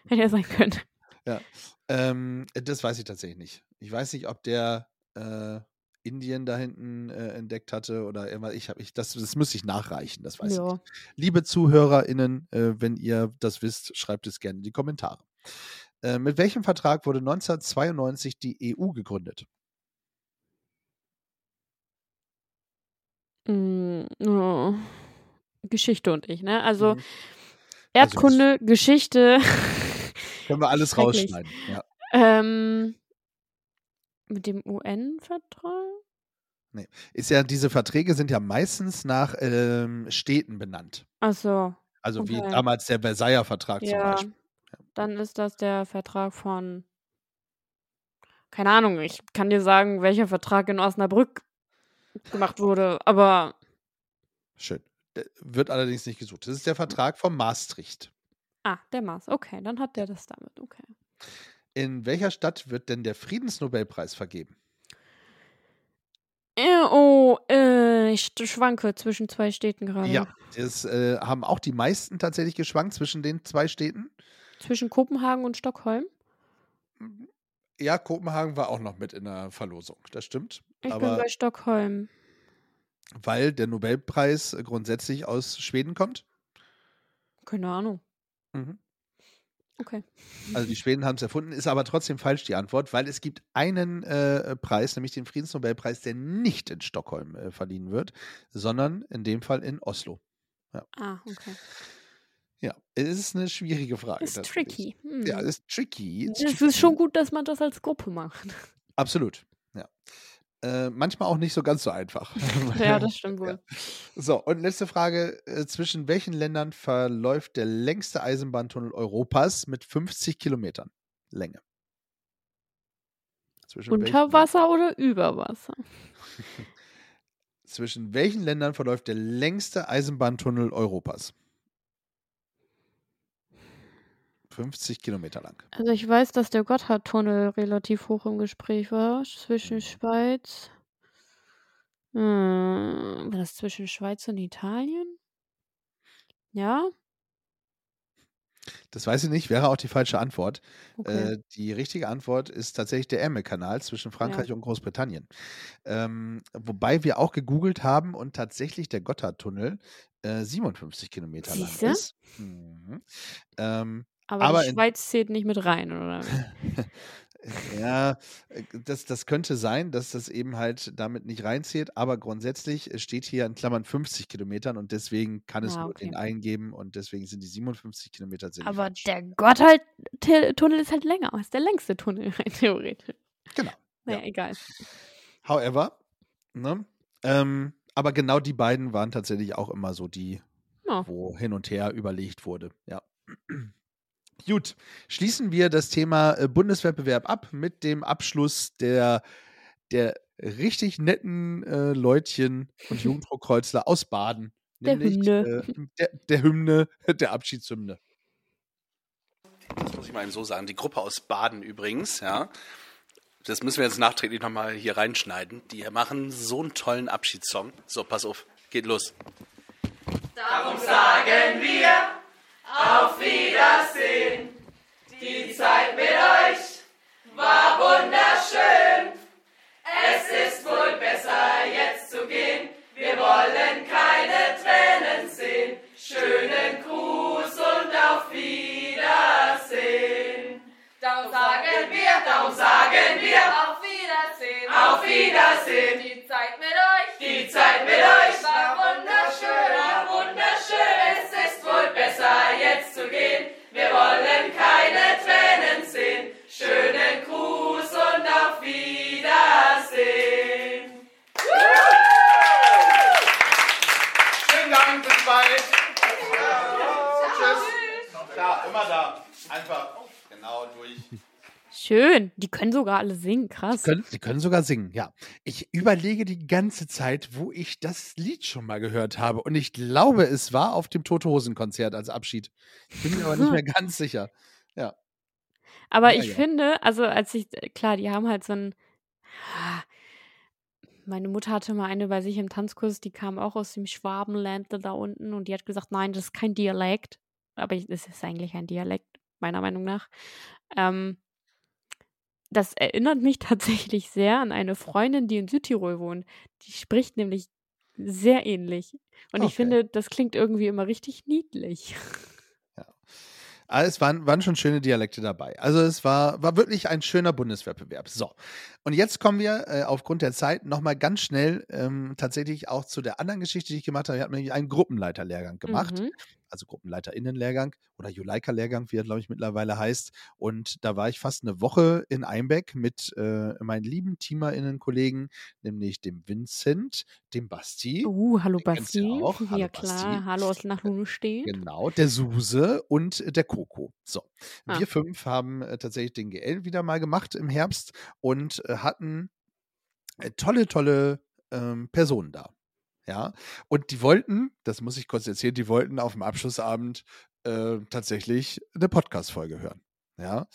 Speaker 3: Hätte er sein können.
Speaker 4: Ja. Ähm, das weiß ich tatsächlich nicht. Ich weiß nicht, ob der äh, Indien da hinten äh, entdeckt hatte oder irgendwas. Ich habe ich, das, das müsste ich nachreichen, das weiß
Speaker 3: Ja.
Speaker 4: ich nicht. Liebe ZuhörerInnen, äh, wenn ihr das wisst, schreibt es gerne in die Kommentare. Äh, mit welchem Vertrag wurde 1992 die EU gegründet?
Speaker 3: Mm, oh. Geschichte und ich, ne? Also
Speaker 4: Mhm.
Speaker 3: Erdkunde, Geschichte. [laughs]
Speaker 4: Können wir alles
Speaker 3: Schrecklich.
Speaker 4: rausschneiden. Ja.
Speaker 3: Ähm, mit dem UN-Vertrag?
Speaker 4: Nee. Ist ja, diese Verträge sind ja meistens nach ähm, Städten benannt.
Speaker 3: Achso.
Speaker 4: Also wie
Speaker 3: Okay.
Speaker 4: damals der Versailler Vertrag zum
Speaker 3: Ja.
Speaker 4: Beispiel.
Speaker 3: Dann ist das der Vertrag von. Keine Ahnung, ich kann dir sagen, welcher Vertrag in Osnabrück gemacht wurde, aber
Speaker 4: Schön. Der wird allerdings nicht gesucht. Das ist
Speaker 3: Hm.
Speaker 4: der Vertrag von Maastricht.
Speaker 3: Ah, der Mars. Okay, dann hat der das damit. Okay.
Speaker 4: In welcher Stadt wird denn der Friedensnobelpreis vergeben?
Speaker 3: Äh, oh, äh, ich st- schwanke zwischen zwei Städten gerade.
Speaker 4: Ja, es äh, haben auch die meisten tatsächlich geschwankt zwischen den zwei Städten.
Speaker 3: Zwischen Kopenhagen und Stockholm.
Speaker 4: Ja, Kopenhagen war auch noch mit in der Verlosung, das stimmt.
Speaker 3: Ich bin
Speaker 4: Aber
Speaker 3: bei Stockholm.
Speaker 4: weil der Nobelpreis grundsätzlich aus Schweden kommt.
Speaker 3: Keine Ahnung.
Speaker 4: Mhm.
Speaker 3: Okay.
Speaker 4: Also die Schweden haben es erfunden, ist aber trotzdem falsch die Antwort, weil es gibt einen äh, Preis, nämlich den Friedensnobelpreis, der nicht in Stockholm äh, verliehen wird, sondern in dem Fall in Oslo. Ja.
Speaker 3: Ah, okay.
Speaker 4: Ja, es ist eine schwierige Frage.
Speaker 3: Ist
Speaker 4: tatsächlich.
Speaker 3: tricky. Hm.
Speaker 4: Ja, ist tricky. It's
Speaker 3: Es ist schon gut, dass man das als Gruppe
Speaker 4: [laughs]
Speaker 3: macht.
Speaker 4: Absolut. Ja. Äh, manchmal auch nicht so ganz so einfach. [laughs]
Speaker 3: ja, das stimmt wohl.
Speaker 4: So, und letzte Frage. Äh, zwischen welchen Ländern verläuft der längste Eisenbahntunnel Europas mit 50 Kilometern Länge? Zwischen welchen,
Speaker 3: Unter Wasser oder über Wasser?
Speaker 4: zwischen welchen Ländern verläuft der längste Eisenbahntunnel Europas? 50 Kilometer lang.
Speaker 3: Also ich weiß, dass der Gotthardtunnel relativ hoch im Gespräch war.
Speaker 4: Mhm.
Speaker 3: Zwischen Schweiz. Hm, war das zwischen Schweiz und Italien? Ja?
Speaker 4: Das weiß ich nicht, wäre auch die falsche Antwort.
Speaker 3: Okay.
Speaker 4: Äh, die richtige Antwort ist tatsächlich der Ärmelkanal zwischen Frankreich und Großbritannien. Ähm, wobei wir auch gegoogelt haben und tatsächlich der Gotthardtunnel äh, 57 Kilometer lang
Speaker 3: Siehste?
Speaker 4: ist. Mhm. Ähm,
Speaker 3: Aber,
Speaker 4: Aber
Speaker 3: die
Speaker 4: in-
Speaker 3: Schweiz zählt nicht mit rein, oder? wie?
Speaker 4: ja, äh, das, das könnte sein, dass das eben halt damit nicht reinzählt, aber grundsätzlich äh, steht hier in Klammern 50 Kilometern und deswegen kann es
Speaker 3: Ah,
Speaker 4: nur
Speaker 3: okay.
Speaker 4: den einen geben und deswegen sind die 57 Kilometer sind
Speaker 3: Aber der Gotthardtunnel ist halt länger. Ist der längste Tunnel, [laughs] rein theoretisch.
Speaker 4: Genau.
Speaker 3: Naja, egal.
Speaker 4: However, ne? Ähm, aber genau die beiden waren tatsächlich auch immer so die,
Speaker 3: Ja.
Speaker 4: wo hin und her überlegt wurde. Ja. [clears throat] Gut, schließen wir das Thema äh, Bundeswettbewerb ab mit dem Abschluss der, der richtig netten äh, Leutchen und Jugendruckkreuzler aus Baden.
Speaker 3: Der Hymne.
Speaker 4: Äh, der, der Hymne, [laughs] der Abschiedshymne.
Speaker 2: Das muss ich mal eben so sagen. Die Gruppe aus Baden übrigens, ja. Das müssen wir jetzt nachträglich nochmal hier reinschneiden. Die machen so einen tollen Abschiedssong. So, pass auf, geht los.
Speaker 7: Darum sagen wir auf Wiedersehen. Die Zeit mit euch war wunderschön. Es ist wohl besser jetzt zu gehen. Wir wollen keine Tränen sehen. Schönen Gruß und auf Wiedersehen. Darum sagen wir, darum sagen wir auf Wiedersehen, auf Wiedersehen. Die Zeit mit euch, die Zeit mit euch war wunderschön, war wunderschön. Es ist wohl besser jetzt zu gehen. Wir wollen keine Tränen sehen. Schönen Gruß und auf Wiedersehen.
Speaker 2: Vielen Dank, bis bald. Tschüss. Da, immer da. Einfach genau durch.
Speaker 3: Schön. Die können sogar alle singen. Krass.
Speaker 4: Können, sie können sogar singen, ja. Ich überlege die ganze Zeit, wo ich das Lied schon mal gehört habe. Und ich glaube, es war auf dem Tote Hosen Konzert als Abschied. Ich bin mir aber nicht mehr ganz sicher. Ja.
Speaker 3: Aber
Speaker 4: Ja,
Speaker 3: ich
Speaker 4: ja.
Speaker 3: finde, also als ich, klar, die haben halt so ein. Meine Mutter hatte mal eine bei sich im Tanzkurs, die kam auch aus dem Schwabenland da unten und die hat gesagt, nein, das ist kein Dialekt. Aber ich- es ist eigentlich ein Dialekt, meiner Meinung nach. Ähm, das erinnert mich [laughs] tatsächlich sehr an eine Freundin, die in Südtirol wohnt. Die spricht nämlich sehr ähnlich. Und
Speaker 4: Okay.
Speaker 3: ich finde, das klingt irgendwie immer richtig niedlich.
Speaker 4: Ah, Es waren, waren schon schöne Dialekte dabei. Also es war, war wirklich ein schöner Bundeswettbewerb. So, und jetzt kommen wir äh, aufgrund der Zeit nochmal ganz schnell ähm, tatsächlich auch zu der anderen Geschichte, die ich gemacht habe. Ich habe nämlich einen Gruppenleiterlehrgang gemacht,
Speaker 3: Mhm.
Speaker 4: also Gruppenleiterinnenlehrgang oder Juleika-Lehrgang, wie er, glaube ich, mittlerweile heißt. Und da war ich fast eine Woche in Einbeck mit äh, meinen lieben TeamerInnen-Kollegen, nämlich dem Vincent, dem Basti.
Speaker 3: Uh, hallo
Speaker 4: Den kennst du
Speaker 3: Basti.
Speaker 4: auch. Hallo
Speaker 3: ja
Speaker 4: Basti.
Speaker 3: klar, hallo aus nach Lune stehen.
Speaker 4: Genau, der Suse und äh, der Coco. So,
Speaker 3: Ah.
Speaker 4: wir fünf haben äh, tatsächlich den GL wieder mal gemacht im Herbst und äh, hatten äh, tolle, tolle ähm, Personen da. Ja, und die wollten, das muss ich kurz erzählen, die wollten auf dem Abschlussabend äh, tatsächlich eine Podcast-Folge hören. Ja,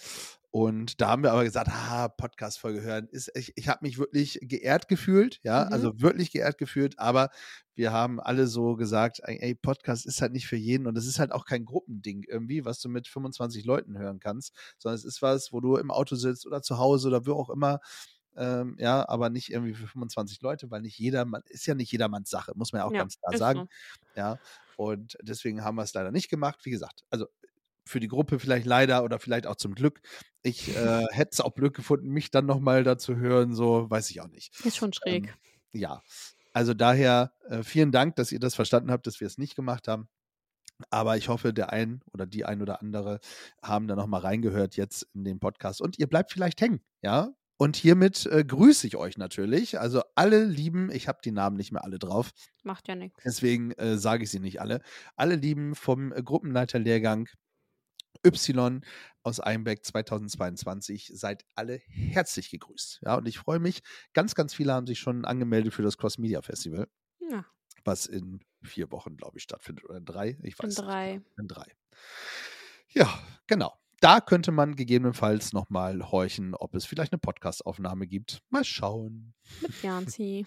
Speaker 4: und da haben wir aber gesagt, ha, Podcast-Folge hören, ist, ich, ich habe mich wirklich geehrt gefühlt, ja,
Speaker 3: Mhm.
Speaker 4: also wirklich geehrt gefühlt, aber wir haben alle so gesagt, ey, ey, Podcast ist halt nicht für jeden und es ist halt auch kein Gruppending irgendwie, was du mit 25 Leuten hören kannst, sondern es ist was, wo du im Auto sitzt oder zu Hause oder wo auch immer, ähm, ja, aber nicht irgendwie für 25 Leute, weil nicht jeder, ist ja nicht jedermanns Sache, muss man ja auch
Speaker 3: Ja,
Speaker 4: ganz klar
Speaker 3: ist
Speaker 4: sagen,
Speaker 3: so.
Speaker 4: ja, und deswegen haben wir es leider nicht gemacht, wie gesagt, also für die Gruppe vielleicht leider oder vielleicht auch zum Glück. Ich äh, hätte es auch blöd gefunden, mich dann nochmal dazu hören, so weiß ich auch nicht.
Speaker 3: Ist schon schräg.
Speaker 4: Ähm, ja, also daher äh, vielen Dank, dass ihr das verstanden habt, dass wir es nicht gemacht haben. Aber ich hoffe, der ein oder die ein oder andere haben da nochmal reingehört jetzt in den Podcast und ihr bleibt vielleicht hängen, ja? Und hiermit äh, grüße ich euch natürlich. Also alle lieben, ich habe die Namen nicht mehr alle drauf.
Speaker 3: Macht ja nichts.
Speaker 4: Deswegen äh, sage ich sie nicht alle. Alle lieben vom äh, Gruppenleiterlehrgang Y aus Einbeck 2022 seid alle herzlich gegrüßt. Ja, und ich freue mich, ganz, ganz viele haben sich schon angemeldet für das Cross Media Festival,
Speaker 3: Ja,
Speaker 4: was in vier Wochen, glaube ich, stattfindet. Oder in drei, ich
Speaker 3: in
Speaker 4: weiß nicht.
Speaker 3: drei.
Speaker 4: In drei. Ja, genau. Da könnte man gegebenenfalls nochmal horchen, ob es vielleicht eine Podcast-Aufnahme gibt. Mal schauen.
Speaker 3: Mit
Speaker 4: [laughs]
Speaker 3: Janzi.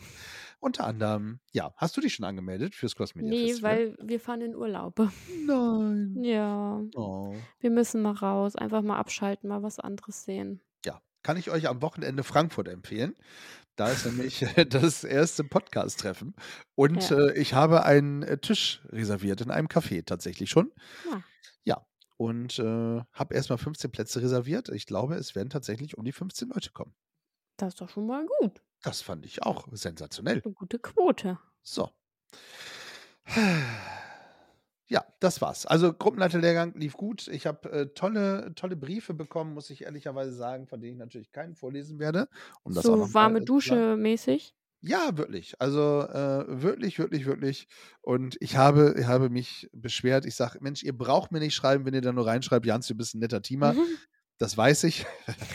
Speaker 4: Unter anderem, ja, hast du dich schon angemeldet fürs Cross Media
Speaker 3: Nee, weil
Speaker 4: Festival?
Speaker 3: wir fahren in Urlaub. [laughs]
Speaker 4: Nein.
Speaker 3: Ja.
Speaker 4: Oh.
Speaker 3: Wir müssen mal raus, einfach mal abschalten, mal was anderes sehen.
Speaker 4: Ja, kann ich euch am Wochenende Frankfurt empfehlen. Da ist nämlich [laughs] äh, das erste Podcast-Treffen. Und
Speaker 3: Ja.
Speaker 4: äh, ich habe einen äh, Tisch reserviert in einem Café tatsächlich schon.
Speaker 3: Ja.
Speaker 4: Ja. Und äh, habe erstmal 15 Plätze reserviert. Ich glaube, es werden tatsächlich um die 15 Leute kommen.
Speaker 3: Das ist doch schon mal gut.
Speaker 4: Das fand ich auch sensationell.
Speaker 3: Eine gute Quote.
Speaker 4: So. Ja, das war's. Also Gruppenleiterlehrgang lief gut. Ich habe äh, tolle, tolle Briefe bekommen, muss ich ehrlicherweise sagen, von denen ich natürlich keinen vorlesen werde. Um das auch noch
Speaker 3: so
Speaker 4: mal,
Speaker 3: warme
Speaker 4: äh, zu sagen.
Speaker 3: Dusche mäßig.
Speaker 4: Ja, wirklich. Also äh, wirklich, wirklich, wirklich. Und ich habe, ich habe mich beschwert. Ich sage, Mensch, ihr braucht mir nicht schreiben, wenn ihr da nur reinschreibt, Jans, du bist ein netter Teamer.
Speaker 3: Mhm.
Speaker 4: Das weiß ich. [laughs]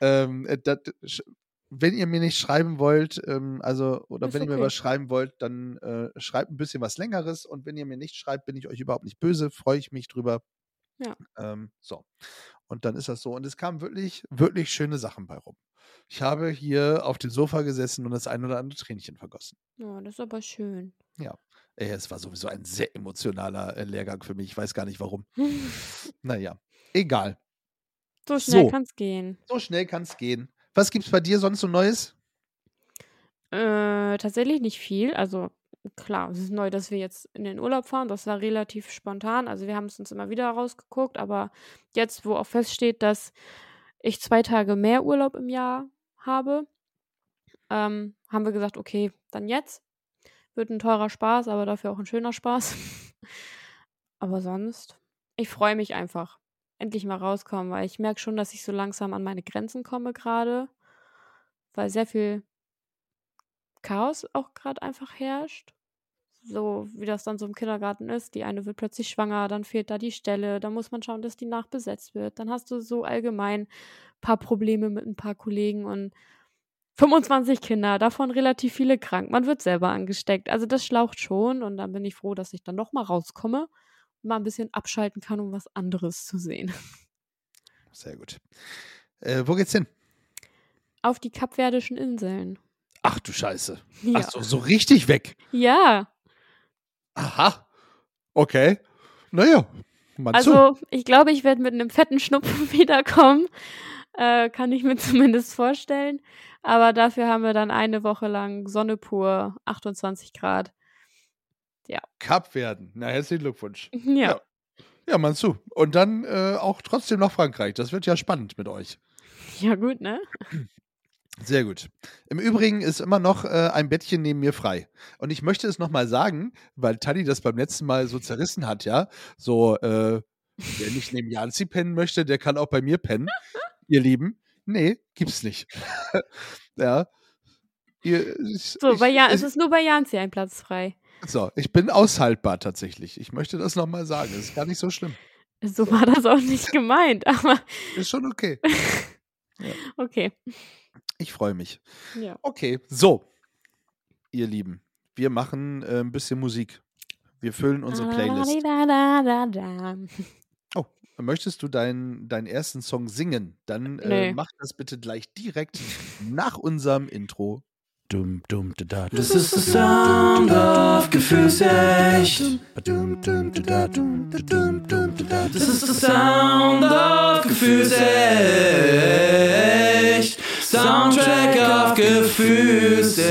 Speaker 4: ähm, äh, dat, sch- wenn ihr mir nicht schreiben wollt, ähm, also, oder
Speaker 3: Ist
Speaker 4: wenn ihr mir
Speaker 3: okay.
Speaker 4: was schreiben wollt, dann äh, schreibt ein bisschen was Längeres. Und wenn ihr mir nicht schreibt, bin ich euch überhaupt nicht böse, freue ich mich drüber.
Speaker 3: Ja.
Speaker 4: Ähm, so. Und dann ist das so. Und es kamen wirklich, wirklich schöne Sachen bei rum. Ich habe hier auf dem Sofa gesessen und das ein oder andere Tränchen vergossen.
Speaker 3: [laughs] Ja, das ist aber schön. [laughs]
Speaker 4: Ja. Äh, Es war sowieso ein sehr emotionaler äh, Lehrgang für mich. Ich weiß gar nicht warum. naja, egal.
Speaker 3: So schnell
Speaker 4: So.
Speaker 3: kann's gehen.
Speaker 4: So schnell kann es gehen. Was gibt's bei dir sonst so Neues?
Speaker 3: Äh, tatsächlich nicht viel. Also klar, es ist neu, dass wir jetzt in den Urlaub fahren. Das war relativ spontan. Also wir haben es uns immer wieder rausgeguckt. Aber jetzt, wo auch feststeht, dass ich zwei Tage mehr Urlaub im Jahr habe, ähm, haben wir gesagt, okay, dann jetzt. Wird ein teurer Spaß, aber dafür auch ein schöner Spaß. [laughs] aber sonst, ich freue mich einfach. Endlich mal rauskommen, weil ich merke schon, dass ich so langsam an meine Grenzen komme gerade. Weil sehr viel Chaos auch gerade einfach herrscht. So wie das dann so im Kindergarten ist. Die eine wird plötzlich schwanger, dann fehlt da die Stelle, dann muss man schauen, dass die nachbesetzt wird. Dann hast du so allgemein ein paar Probleme mit ein paar Kollegen und 25 Kinder, davon relativ viele krank. Man wird selber angesteckt. Also das schlaucht schon und dann bin ich froh, dass ich dann noch mal rauskomme und mal ein bisschen abschalten kann, um was anderes zu sehen.
Speaker 4: Sehr gut. Äh, wo geht's hin?
Speaker 3: Auf die Kapverdischen Inseln.
Speaker 4: Ach du Scheiße.
Speaker 3: Ja.
Speaker 4: Ach so, so richtig weg.
Speaker 3: Ja,
Speaker 4: Aha. Okay. Naja, Mal
Speaker 3: also, ich glaube, ich werde mit einem fetten Schnupfen [laughs] wiederkommen. Äh, kann ich mir [laughs] zumindest vorstellen. Aber dafür haben wir dann eine Woche lang Sonne pur, 28 Grad. Ja.
Speaker 4: Cup werden. Na, herzlichen Glückwunsch.
Speaker 3: Ja.
Speaker 4: Ja, mal zu. Und dann äh, auch trotzdem nach Frankreich. Das wird ja spannend mit euch.
Speaker 3: Ja, gut, ne?
Speaker 4: Sehr gut. Im Übrigen ist immer noch äh, ein Bettchen neben mir frei. Und ich möchte es nochmal sagen, weil Tani das beim letzten Mal so zerrissen hat, ja. So, äh, wer nicht neben Janzi pennen möchte, der kann auch bei mir pennen. ihr Lieben. Nee, gibt's nicht. [laughs] ja. Ihr, ich,
Speaker 3: So,
Speaker 4: ich,
Speaker 3: bei Jan,
Speaker 4: ich-
Speaker 3: es ist nur bei Janzi ein Platz frei.
Speaker 4: so, ich bin aushaltbar tatsächlich. Ich möchte das nochmal sagen. Es ist gar nicht so schlimm.
Speaker 3: So war das auch [laughs] nicht gemeint, aber
Speaker 4: Ist schon okay.
Speaker 3: okay.
Speaker 4: Ich freue mich.
Speaker 3: Ja.
Speaker 4: Okay, so, ihr Lieben, wir machen äh, ein bisschen Musik. Wir füllen unsere Playlist.
Speaker 3: Ah, Da, da, da, da.
Speaker 4: Oh, möchtest du deinen, deinen ersten Song singen? Dann äh,
Speaker 3: Nee.
Speaker 4: mach das bitte gleich direkt nach unserem Intro. Dum, dum, da, da,
Speaker 12: Das ist der Sound of Gefühlsecht. Das ist der Sound of Gefühlsecht. Soundtrack of Gefühlsecht.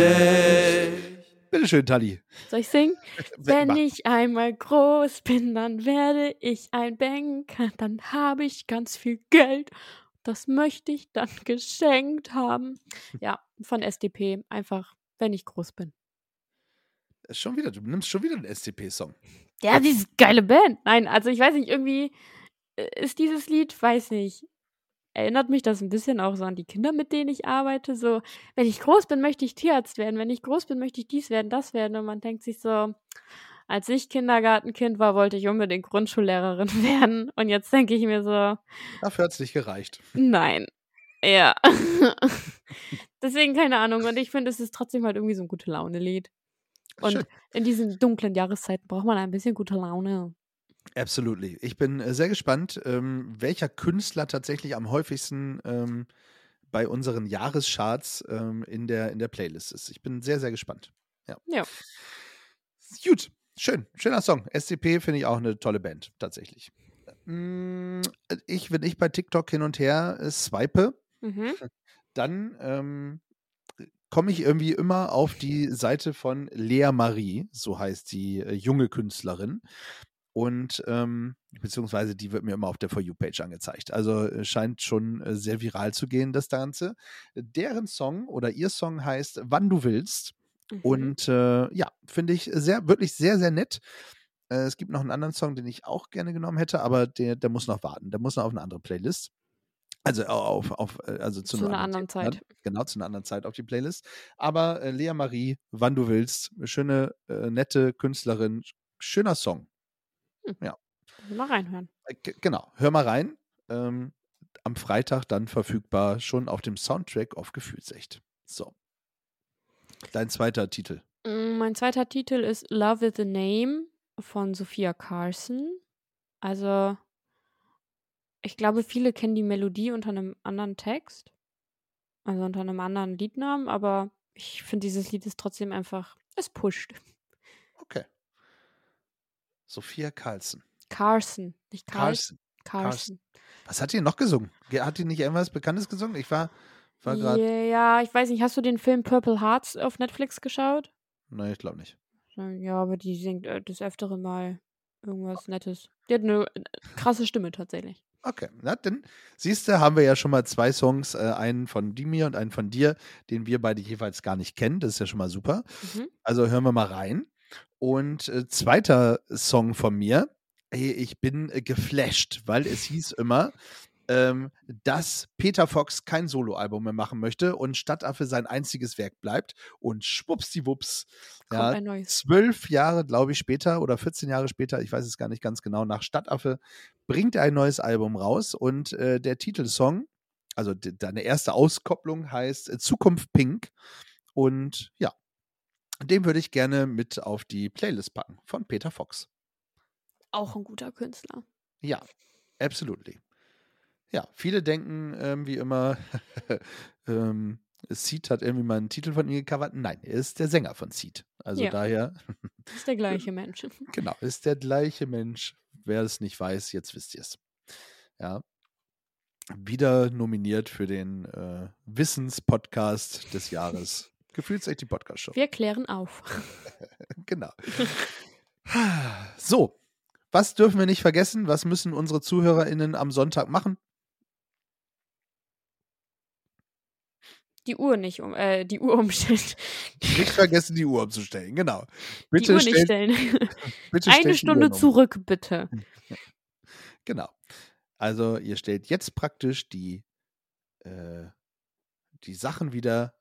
Speaker 4: Bitteschön, Tali. Äh,
Speaker 3: Soll ich singen? Wenn
Speaker 4: mach.
Speaker 3: ich einmal groß bin, dann werde ich ein Banker, dann habe ich ganz viel Geld. Das möchte ich dann [laughs] geschenkt haben. Ja, von SDP. Einfach, wenn ich groß bin.
Speaker 4: Schon wieder, du nimmst schon wieder einen SCP-Song.
Speaker 3: Ja, diese geile Band. Äh, Nein, also ich weiß nicht, irgendwie äh, ist dieses Lied, weiß nicht, erinnert mich das ein bisschen auch so an die Kinder, mit denen ich arbeite. So, wenn ich groß bin, möchte ich Tierarzt werden. Wenn ich groß bin, möchte ich dies werden, das werden. Und man denkt sich so, als ich Kindergartenkind war, wollte ich unbedingt Grundschullehrerin [laughs] werden. Und jetzt denke ich mir so,
Speaker 4: Dafür hat es nicht gereicht.
Speaker 3: nein. Ja. [laughs] Deswegen keine Ahnung. Und ich finde, es ist trotzdem halt irgendwie so ein gute Laune-Lied. Und
Speaker 4: Schön.
Speaker 3: in diesen dunklen Jahreszeiten braucht man ein bisschen gute Laune.
Speaker 4: Absolutely. Ich bin äh, sehr gespannt, ähm, welcher Künstler tatsächlich am häufigsten ähm, bei unseren Jahrescharts ähm, in, der, in der Playlist ist. Ich bin sehr, sehr gespannt. Ja.
Speaker 3: Ja.
Speaker 4: Gut, schön. Schöner Song. SCP finde ich auch eine tolle Band, tatsächlich. Mm, Ich, wenn ich bei TikTok hin und her äh, swipe,
Speaker 3: Mhm.
Speaker 4: dann ähm, komme ich irgendwie immer auf die Seite von Lea Marie, so heißt die äh, junge Künstlerin. Und ähm, beziehungsweise die wird mir immer auf der For You-Page angezeigt. Also äh, scheint schon äh, sehr viral zu gehen, das Ganze. Deren Song oder ihr Song heißt Wann du willst.
Speaker 3: Mhm.
Speaker 4: Und äh, ja, finde ich sehr, wirklich sehr, sehr nett. Äh, es gibt noch einen anderen Song, den ich auch gerne genommen hätte, aber der, der muss noch warten. Der muss noch auf eine andere Playlist. Also auf, auf äh, also zu,
Speaker 3: Zu einer anderen
Speaker 4: Zeit. Genau, zu einer anderen Zeit auf die Playlist. Aber äh, Lea Marie, wann du willst, schöne, äh, nette Künstlerin, sch- schöner Song. Ja,
Speaker 3: Mal reinhören.
Speaker 4: äh, g- genau. Hör mal rein. Ähm, am Freitag dann verfügbar, schon auf dem Soundtrack auf Gefühlsecht. So. Dein zweiter Titel.
Speaker 3: Mm, Mein zweiter Titel ist Love is the Name von Sophia Carson. Also, ich glaube, viele kennen die Melodie unter einem anderen Text. Also unter einem anderen Liednamen, aber ich finde, dieses Lied ist trotzdem einfach, es pusht.
Speaker 4: Okay. Sophia Carlson.
Speaker 3: Carson, nicht Carlson. Carson.
Speaker 4: Carlson. Was hat die noch gesungen? Ge- Hat die nicht irgendwas Bekanntes gesungen? Ich war, war gerade.
Speaker 3: Ja, ich weiß nicht, hast du den Film Purple Hearts auf Netflix geschaut?
Speaker 4: Nein, ne, ich glaube nicht.
Speaker 3: Ja, aber die singt äh, des Öfteren mal irgendwas Nettes. Die hat eine äh, krasse Stimme tatsächlich.
Speaker 4: Okay, na dann, siehst du, haben wir ja schon mal zwei Songs, äh, einen von Dimi und einen von dir, den wir beide jeweils gar nicht kennen. Das ist ja schon mal super.
Speaker 3: Mhm.
Speaker 4: Also hören wir mal rein. Und äh, zweiter Song von mir, ey, ich bin äh, geflasht, weil es hieß immer, ähm, dass Peter Fox kein Soloalbum mehr machen möchte und Stadtaffe sein einziges Werk bleibt. Und schwuppsdiwupps, ja,
Speaker 3: ein neues.
Speaker 4: zwölf Jahre, glaube ich, später oder 14 Jahre später, ich weiß es gar nicht ganz genau, nach Stadtaffe bringt er ein neues Album raus und äh, der Titelsong, also de- deine erste Auskopplung heißt äh, Zukunft Pink und ja, den würde ich gerne mit auf die Playlist packen von Peter Fox.
Speaker 3: Auch ein guter Künstler.
Speaker 4: Ja, absolutely. Ja, viele denken ähm, wie immer, [laughs] ähm, Seed hat irgendwie mal einen Titel von ihm gecovert. Nein, er ist der Sänger von Seed. Also
Speaker 3: Ja.
Speaker 4: daher,
Speaker 3: Ist der gleiche Mensch.
Speaker 4: genau, ist der gleiche Mensch. wer es nicht weiß, jetzt wisst ihr es. Ja. Wieder nominiert für den äh, Wissenspodcast des
Speaker 3: [laughs]
Speaker 4: Jahres. Gefühlsecht die Podcast-Show.
Speaker 3: Wir klären auf.
Speaker 4: genau. [sighs] So, was dürfen wir nicht vergessen? Was müssen unsere ZuhörerInnen am Sonntag machen?
Speaker 3: Die Uhr nicht um, äh, die Uhr umstellen.
Speaker 4: Nicht vergessen, die Uhr umzustellen, genau.
Speaker 3: die Uhr nicht stellen. [laughs]
Speaker 4: bitte stellt
Speaker 3: Eine
Speaker 4: die
Speaker 3: Stunde
Speaker 4: Uhren um.
Speaker 3: zurück, bitte.
Speaker 4: Genau. Also ihr stellt jetzt praktisch die, äh, die Sachen wieder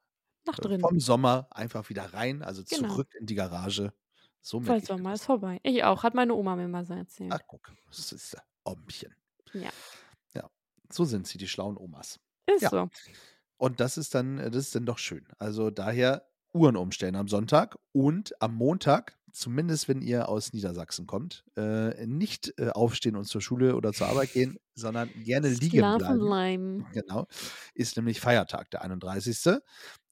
Speaker 3: Nach
Speaker 4: äh,
Speaker 3: drin.
Speaker 4: vom Sommer einfach wieder rein, also
Speaker 3: Genau.
Speaker 4: zurück in die Garage. So merke
Speaker 3: Weil
Speaker 4: ich-
Speaker 3: Sommer ist vorbei. Ich auch, hat meine Oma mir mal so erzählt.
Speaker 4: Ach guck, das ist ein Ommchen.
Speaker 3: Ja,
Speaker 4: Ja, so sind sie, die schlauen Omas.
Speaker 3: ist
Speaker 4: Ja.
Speaker 3: so.
Speaker 4: Und das ist dann, äh, das ist dann doch schön. Also daher Uhren umstellen am Sonntag und am Montag, zumindest wenn ihr aus Niedersachsen kommt, äh, nicht äh, aufstehen und zur Schule oder zur
Speaker 3: [laughs]
Speaker 4: Arbeit gehen, sondern gerne liegen
Speaker 3: Schlafen
Speaker 4: bleiben.
Speaker 3: bleiben.
Speaker 4: Genau. Ist nämlich Feiertag, der 31.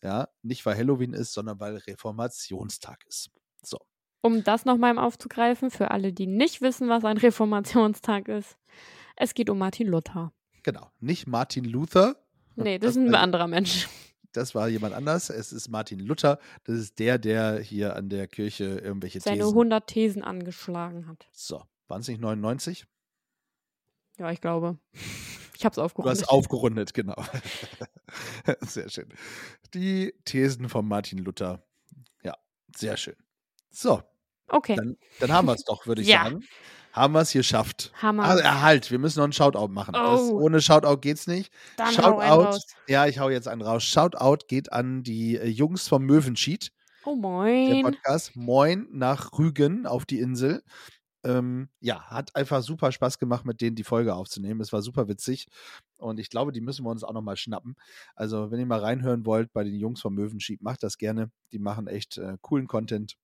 Speaker 4: Ja, nicht weil Halloween ist, sondern weil Reformationstag ist. So.
Speaker 3: Um das nochmal aufzugreifen, für alle, die nicht wissen, was ein Reformationstag ist. Es geht um Martin Luther.
Speaker 4: Genau. Nicht Martin Luther.
Speaker 3: Nee, das, ist ein
Speaker 4: also-
Speaker 3: anderer Mensch.
Speaker 4: Das war jemand anders. Es ist Martin Luther. Das ist der, der hier an der Kirche irgendwelche
Speaker 3: Seine
Speaker 4: Thesen.
Speaker 3: 100 Thesen angeschlagen hat.
Speaker 4: So, waren es nicht 99?
Speaker 3: Ja, ich glaube. Ich hab's
Speaker 4: Du hast
Speaker 3: aufgerundet.
Speaker 4: aufgerundet, genau. [laughs] sehr schön. Die Thesen von Martin Luther. Ja, sehr schön. So,
Speaker 3: Okay.
Speaker 4: dann, dann haben wir es doch, würde ich
Speaker 3: [laughs] Ja.
Speaker 4: sagen. Haben wir es geschafft.
Speaker 3: Hammer.
Speaker 4: Also, halt, wir müssen noch einen Shoutout machen. Das,
Speaker 3: Oh.
Speaker 4: ohne Shoutout geht's nicht.
Speaker 3: Dann hau einen
Speaker 4: Shoutout.
Speaker 3: raus.
Speaker 4: Ja, ich hau jetzt einen raus. Shoutout geht an die äh, Jungs vom Möwenschied.
Speaker 3: Oh
Speaker 4: der
Speaker 3: moin.
Speaker 4: Podcast. Moin nach Rügen auf die Insel. Ähm, ja, hat einfach super Spaß gemacht, mit denen die Folge aufzunehmen. Es war super witzig. Und ich glaube, die müssen wir uns auch nochmal schnappen. Also, wenn ihr mal reinhören wollt bei den Jungs vom Möwenschieb, macht das gerne. Die machen echt äh, coolen Content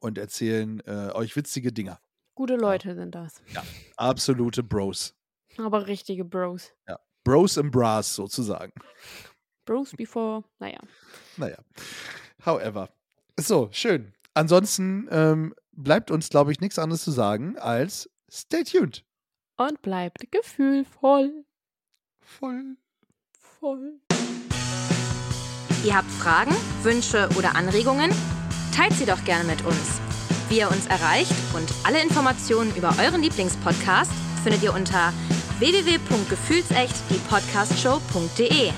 Speaker 4: und erzählen äh, euch witzige Dinger.
Speaker 3: Gute Leute sind das.
Speaker 4: Ja, absolute Bros.
Speaker 3: Aber richtige Bros.
Speaker 4: Ja. Bros im Brass sozusagen.
Speaker 3: Bros before, naja.
Speaker 4: Naja, however. So, schön. Ansonsten ähm, bleibt uns, glaube ich, nichts anderes zu sagen als stay tuned.
Speaker 3: Und bleibt gefühlvoll.
Speaker 4: Voll.
Speaker 3: Voll.
Speaker 1: Ihr habt Fragen, Wünsche oder Anregungen? Teilt sie doch gerne mit uns. Wie ihr uns erreicht und alle Informationen über euren Lieblingspodcast findet ihr unter www.gefühlsecht-die-podcastshow.de.